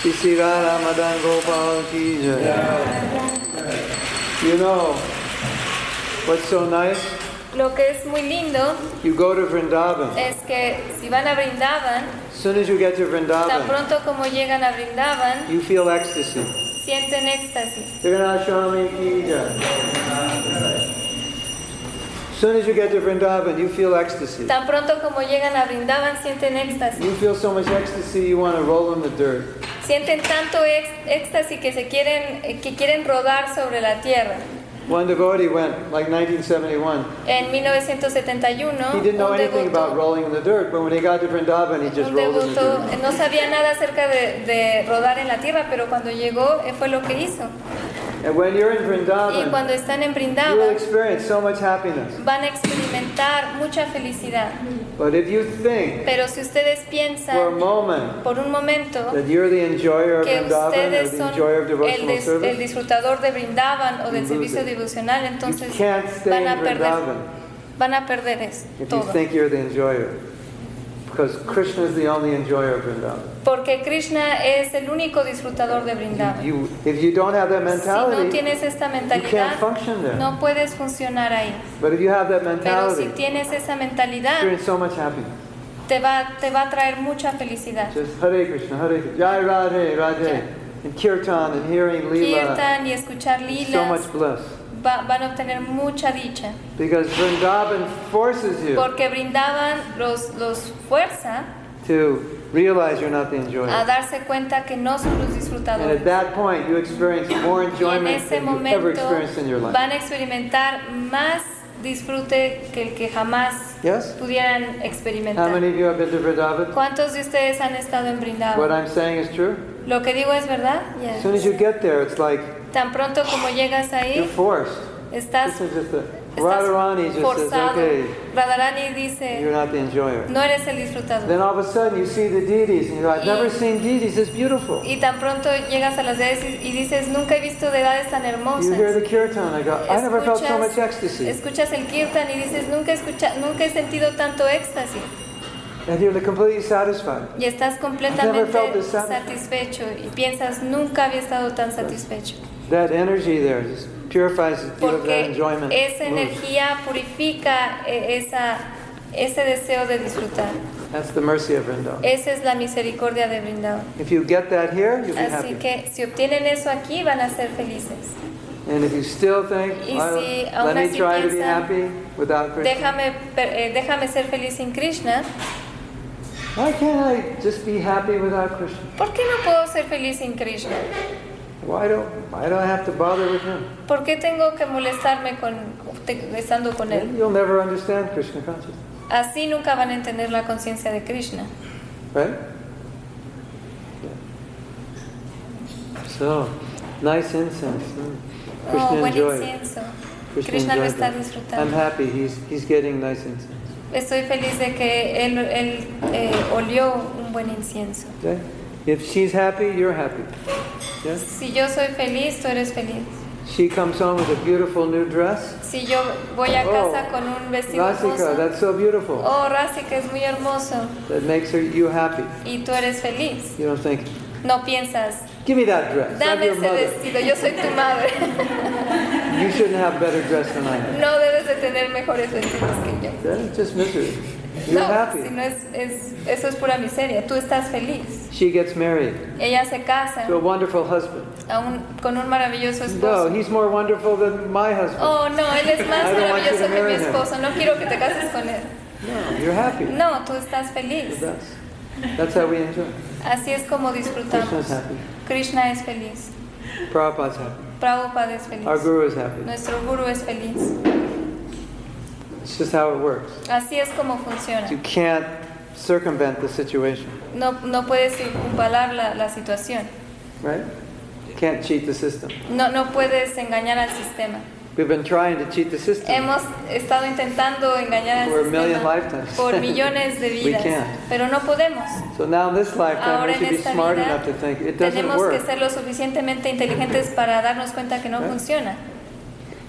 Shri Shri Radha Madan Gopal Ki Jai. You know, what's so nice? lo que es muy lindo You go to Vrindavan. es que si van a Brindavan, As soon as you get to tan Vrindavan, pronto como llegan a Brindavan, you feel ecstasy. sienten éxtasis. Jagannath Swami Ki Jai. As soon as you get to Vrindavan, you feel ecstasy. Tan pronto como llegan a Brindavan, sienten éxtasis. You feel so much ecstasy, you want to roll in the dirt. Sienten tanto ex- éxtasis que se quieren eh, que quieren rodar sobre la tierra. One devotee went, like 1971. En 1971, He didn't know un anything about devoto, rolling in the dirt, but when he got to Vrindavan, he just un rolled in the devoto, eh, dirt. no sabía nada acerca de, de rodar en la tierra, pero cuando llegó eh, fue lo que hizo. And when you're in Y Vrindavan, cuando están en you will Brindavan, experience so much happiness. van a experimentar mucha felicidad. But if you think Pero si ustedes for a piensan moment por un momento that you're the enjoyer of que Vrindavan or ustedes the son enjoyer of el, devotional des- el service, disfrutador de Brindavan o del You servicio lose it. devocional, you entonces can't stay van in a perder, Vrindavan van a perder es- if you todo. think you're the enjoyer. Because Krishna is the only enjoyer of Vrindavan. Porque Krishna es el único disfrutador de Brindavan. You, if you don't have that Si no mentality, tienes esta you can't mentalidad, function there. no puedes funcionar ahí. But if you have that Pero si mentality, you tienes esa mentalidad, experience so much happiness. te va, te va a traer mucha felicidad. Just Hare Krishna, Hare Krishna, Jai Radhe, Radhe, and Kirtan, and hearing Leela, Kirtan y escuchar so lilas much bliss. va- van a obtener mucha dicha. Because Vrindavan forces you Porque Brindavan los, los fuerza to realize you're not the a enjoyer. darse cuenta que no son los And at disfrutadores. that point, you experience more Y en enjoyment ese than you ever momento experienced in your life. van a experimentar más disfrute que el que jamás Yes? pudieran How experimentar. many of you have been to Vrindavan? ¿Cuántos de ustedes han estado en What Brindavan? I'm saying is true. Lo que digo es verdad. As soon as you get there, it's like Tan pronto como llegas you're ahí, forced. estás, This is just a estás Radharani just says, forzado. okay, Radharani you're dice, not the enjoyer. no eres el disfrutador. Then all of a sudden, you see the deities, and you're like, I've never Y- seen deities this beautiful. Y tan pronto llegas a las edades y, y dices, nunca he visto de edades tan You hermosas. hear the kirtan, I go, I never felt so much ecstasy. escuchas el kirtan y dices, nunca, he escucha- nunca he sentido tanto éxtasis. And you're completely satisfied. Y estás felt completamente this satisfied. satisfecho y piensas, nunca había estado tan satisfecho. That energy there just purifies you of that Porque enjoyment. esa Moves. energía purifica eh, esa, ese deseo de disfrutar. That's the mercy of Vrindavan. Esa es la misericordia de Brindavan. If you get that here, you'll be Así happy. que si obtienen eso aquí, van a ser felices. And if you still think, Y "Well, si aún let me así try to be piensan, happy without Krishna. Déjame, per- eh, déjame ser feliz sin Krishna. Why can't I just be happy without Krishna? ¿Por qué no puedo ser feliz sin Krishna? Why don't, why do I have to bother with him? ¿Por qué tengo que molestarme con, te- estando con él? You'll never understand Krishna consciousness, Así nunca van a entender la conciencia de Krishna. right? So, nice incense. hmm. Oh, Krishna buen enjoyed. it. incienso. Krishna Krishna lo enjoyed está that. I'm disfrutando. happy he's, he's getting nice incense. Estoy feliz de que él, él, eh, olió un buen incienso. Okay? If she's happy, you're happy. Yes? Si yo soy feliz, tú eres feliz. She comes home with a beautiful new dress. Si yo voy a Oh, casa con un vestido Rasika, hermoso, that's so beautiful. oh, Rasika es muy hermoso That makes her you happy. y tú eres feliz. You don't think, No piensas, Give me that dress. I'm Dame your ese mother. vestido, yo soy tu madre. You shouldn't have better dress than I have. No debes de tener mejores vestidos que yo. That is just misery. You're No, si happy. no es, es- eso es pura miseria. Tú estás feliz. She gets married Ella se casa to a wonderful husband. a un- con un maravilloso No, esposo. he's more wonderful than my husband. Oh, no, él es I más don't want you to maravilloso que marry mi him. esposo. No quiero que te cases con él. No, you're happy. No, tú estás feliz. That's, that's how we enjoy. Así es como disfrutamos. Krishna's happy. Krishna es feliz. Prabhupada's happy. Prabhupada es Our feliz. guru is happy. Nuestro guru es feliz. It's just how it works. Así es como funciona. You can't circumvent the situation, No, no puedes circunvalar la, la situación. right? Can't cheat the system. No, no puedes engañar al sistema. We've been trying to cheat the system. Hemos estado intentando engañar For a al million sistema lifetimes. por millones de We vidas, can't. pero no podemos. So now in this lifetime, we Ahora en should be esta smart vida enough to think it doesn't tenemos que work. ser lo suficientemente inteligentes para darnos cuenta que no Right. funciona.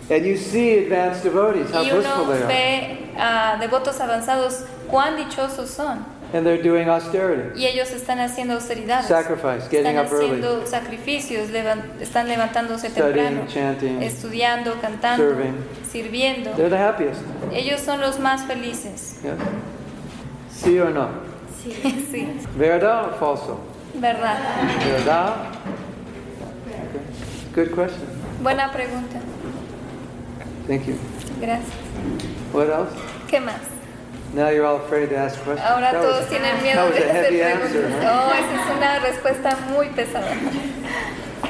And you see advanced devotees, how Y uno blissful they are. ve a devotos avanzados cuán dichosos son. And they're doing austerity, Y ellos están haciendo austeridades, sacrifice, getting están up early, haciendo sacrificios, levan- están levantándose temprano, studying, chanting. estudiando, cantando, serving. sirviendo. They're the happiest. Ellos son los más felices. Yeah. Sí o no? sí, Verdad o falso? verdad. Verdad? Okay. Good question. Buena pregunta. Thank you. Gracias. What else? ¿Qué más? Now you're all afraid to ask questions. Ahora That todos was- tienen that miedo was de a hacer heavy preguntas. answer, huh? Oh, esa es una respuesta muy pesada.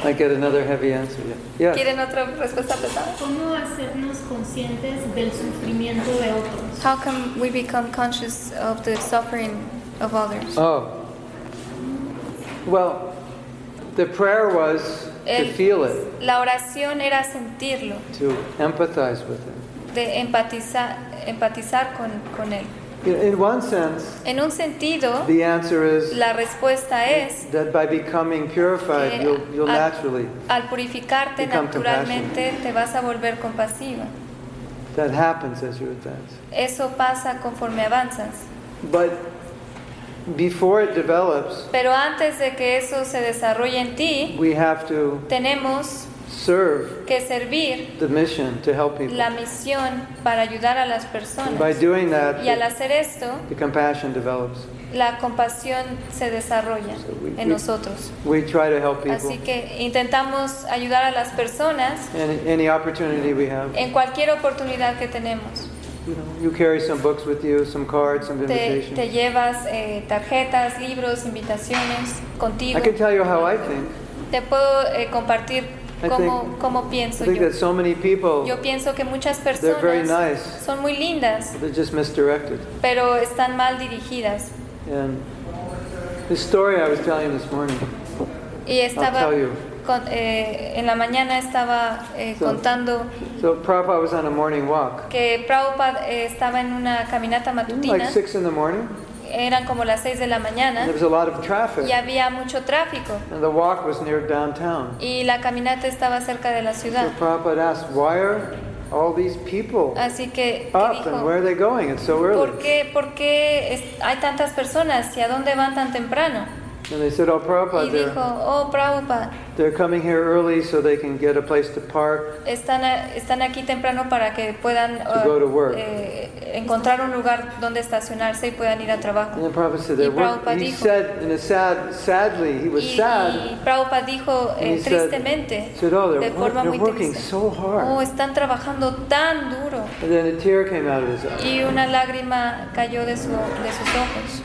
I get another heavy answer. Yeah. Yes. ¿Quieren otra respuesta pesada? ¿Cómo hacernos conscientes del sufrimiento de otros? How can we become conscious of the suffering of others? Oh. Well, the prayer was to El- feel it, La oración era sentirlo, to empathize with it. de empatizar, empatizar con, con él. In- In one sense, En un sentido, the answer is la Eh, respuesta es, that by becoming purified, Que you'll, you'll al- naturally. al purificarte Become naturalmente, te vas a volver compasiva. That happens as you advance. Eso pasa conforme avanzas. But before it develops, Pero antes de que eso se desarrolle en ti, we have to tenemos serve que servir the mission to help people. la misión para ayudar a las And by personas. doing that, Y al hacer esto, the compassion develops. la compasión se desarrolla So we- en we- nosotros. We try to help Así people que intentamos ayudar a las personas any, any opportunity we have. en cualquier oportunidad que tenemos. You, know, you carry some books with you, some cards, some Te, te invitations. llevas eh, tarjetas, libros, invitaciones contigo. I can tell you how I think. Te puedo eh, compartir I cómo, think- cómo I pienso think yo. that so many people, Yo pienso que muchas they're very personas nice, son muy lindas, they're just misdirected. pero están mal dirigidas. And the story I was telling you this morning, Y estaba tell you. con- eh, en la mañana estaba eh, So- contando so Prabhupada was on a morning walk. que Prabhupada eh, estaba en una caminata Like matutina, six in the morning, eran como las 6 de la and mañana there was a lot of traffic, y había mucho tráfico and the walk was near downtown. y la caminata estaba cerca de la So ciudad. Prabhupada asked, why are all these people Así que, que up and where are dijo, they going? It's so ¿por early. qué, por qué es- hay tantas personas y a dónde van tan temprano? And they said, oh Y Prabhupada, they're, dijo, oh Prabhupada, they're coming here early so they can get a place to park. están, a- están aquí temprano para que puedan To go to work. eh, encontrar un lugar donde estacionarse y puedan ir a trabajo. And then Prabhupada said, Y they're work- Prabhupada he dijo- said in a sad, sadly, he was Y, y sad. Prabhupada dijo And eh, he said, tristemente, said, oh, de they're, wor- forma they're muy working triste, so oh, hard. están trabajando tan duro. And then a tear came out of his eye. Y una lágrima cayó de, su, de sus ojos.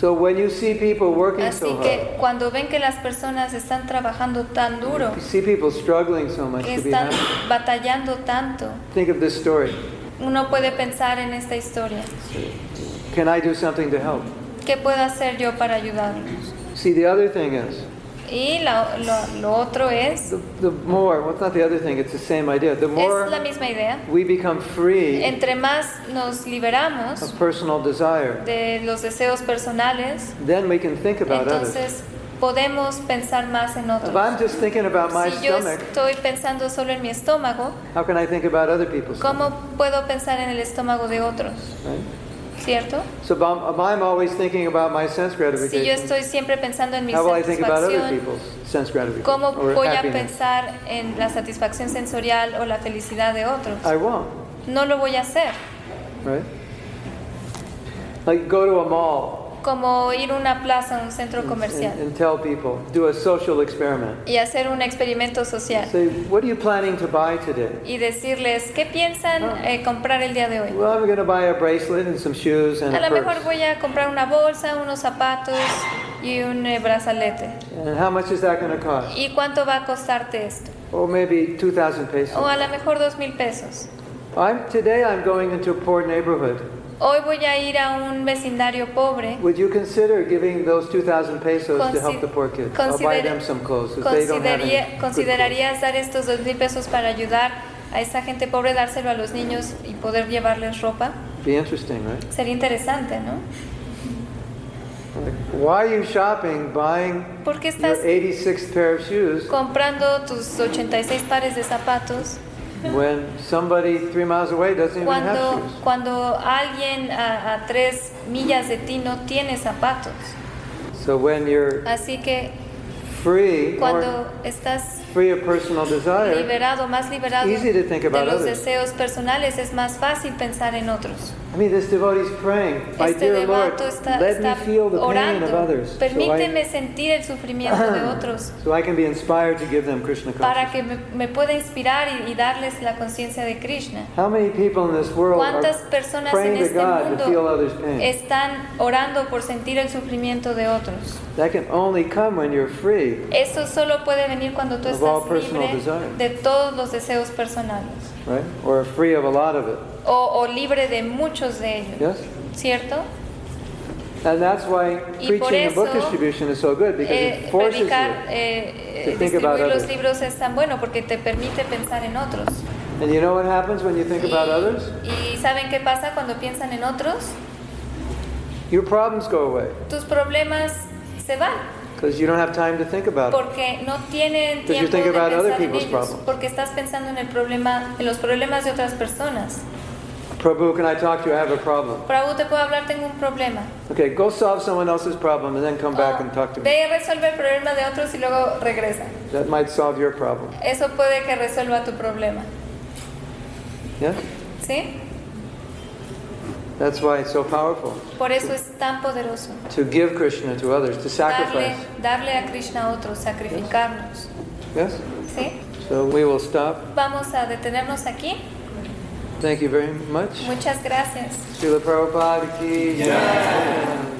So when you see people working Así so hard, que cuando ven que las personas están trabajando tan duro, you see people struggling so much que to be están happy. batallando tanto, Think of this story. uno puede pensar en esta historia. Can I do something to help? ¿Qué puedo hacer yo para ayudarlos? See, the other thing is, Y la- lo, lo otro es, The, the more, well, it's not the other thing, it's the same idea. The es la more misma idea. we become free Entre más nos liberamos of personal desire, de los deseos personales, then we can think about others. entonces podemos pensar más en If otros. I'm just thinking about my Si yo stomach, estoy pensando solo en mi estómago, how can I think about other people's? ¿cómo puedo pensar en el estómago de otros? Right? ¿cierto? So if I'm, if I'm always thinking about my sense Si yo gratification, estoy siempre pensando en mi how will I think about other satisfacción, people's sense gratification ¿cómo or voy a happiness? pensar en la satisfacción sensorial o la felicidad de otros? I won't, No lo voy a hacer. right? Like go to a mall Como ir a una plaza, a un centro and, comercial and tell people, do a social experiment. y hacer un experimento social Say, what are you planning to buy today? y decirles qué Ah. piensan eh, comprar el día de hoy. Well, I'm going to buy a bracelet and some shoes and A a lo mejor purse. voy a comprar una bolsa, unos zapatos y un eh, brazalete. And how much is that going to cost? ¿Y cuánto va a costarte esto? Or maybe 2,000 O pesos. a lo mejor dos mil pesos. I'm, today I'm going into a poor neighborhood. Hoy voy a ir a un vecindario pobre. Would you consider giving those 2,000 pesos to Consi- help the poor kids? I'll buy considere- them some clothes if they don't have any Considería- good clothes. ¿Considerarías dar estos dos mil pesos para ayudar a esa gente pobre, dárselo a los niños y poder llevarles ropa? Be interesting, right? Sería interesante, ¿no? Like, why are you shopping, buying ¿Por qué your estás 86th pair of shoes comprando tus 86 pares de zapatos when somebody three miles away doesn't even have cuando, shoes? cuando alguien a, a tres millas de ti no tiene zapatos? So when you're Así que free, or cuando estás free of personal desire, liberado, más liberado Easy to think about de los others. deseos personales, es más fácil pensar en otros. I mean, this devotee is praying, My Este dear Lord, devoto está, let está me feel the pain of orando. others so Permíteme I, sentir el sufrimiento de otros so I can be inspired to give them Krishna para consciousness. que me, me pueda inspirar y, y darles la conciencia de Krishna. How many people in this world ¿Cuántas are personas en praying to este God to feel mundo others' pain? están orando por sentir el sufrimiento de otros? That can only come when you're free, Eso solo puede venir cuando tú Of all estás personal libre desire. de todos los deseos personales right? Or free of a lot of it. o, o libre de muchos de ellos, Yes? ¿cierto? And that's why Y por preaching and book eso, distribution is so good because Eh, it forces you. predicar, eh, to eh, think about distribuir los others. libros es tan bueno porque te permite pensar en otros. And you know what happens when you think about others? y, y ¿saben qué pasa cuando piensan en otros? Your problems go away Tus problemas se van because you don't have time to think about it. porque no tienen Ah. Because you tiempo de think about other pensar en people's ellos, problems. porque estás pensando en el problema, en los problemas de otras personas. Prabhu, can I talk to you? I have a problem. Prabhu, te puedo hablar, tengo un problema. Okay, go solve someone else's problem and then come back Oh, and talk to me. ve y resuelve el problema de otros y luego regresa. That might solve your problem. Eso puede que resuelva tu problema, Yeah? ¿sí? That's why it's so powerful Por eso es tan poderoso. to give Krishna to others, to darle, sacrifice. darle a Krishna a otros, sacrificarnos. Yes? ¿Sí? So we will stop. Vamos a detenernos aquí. Thank you very much. Muchas gracias. Srila Prabhupada ki jai.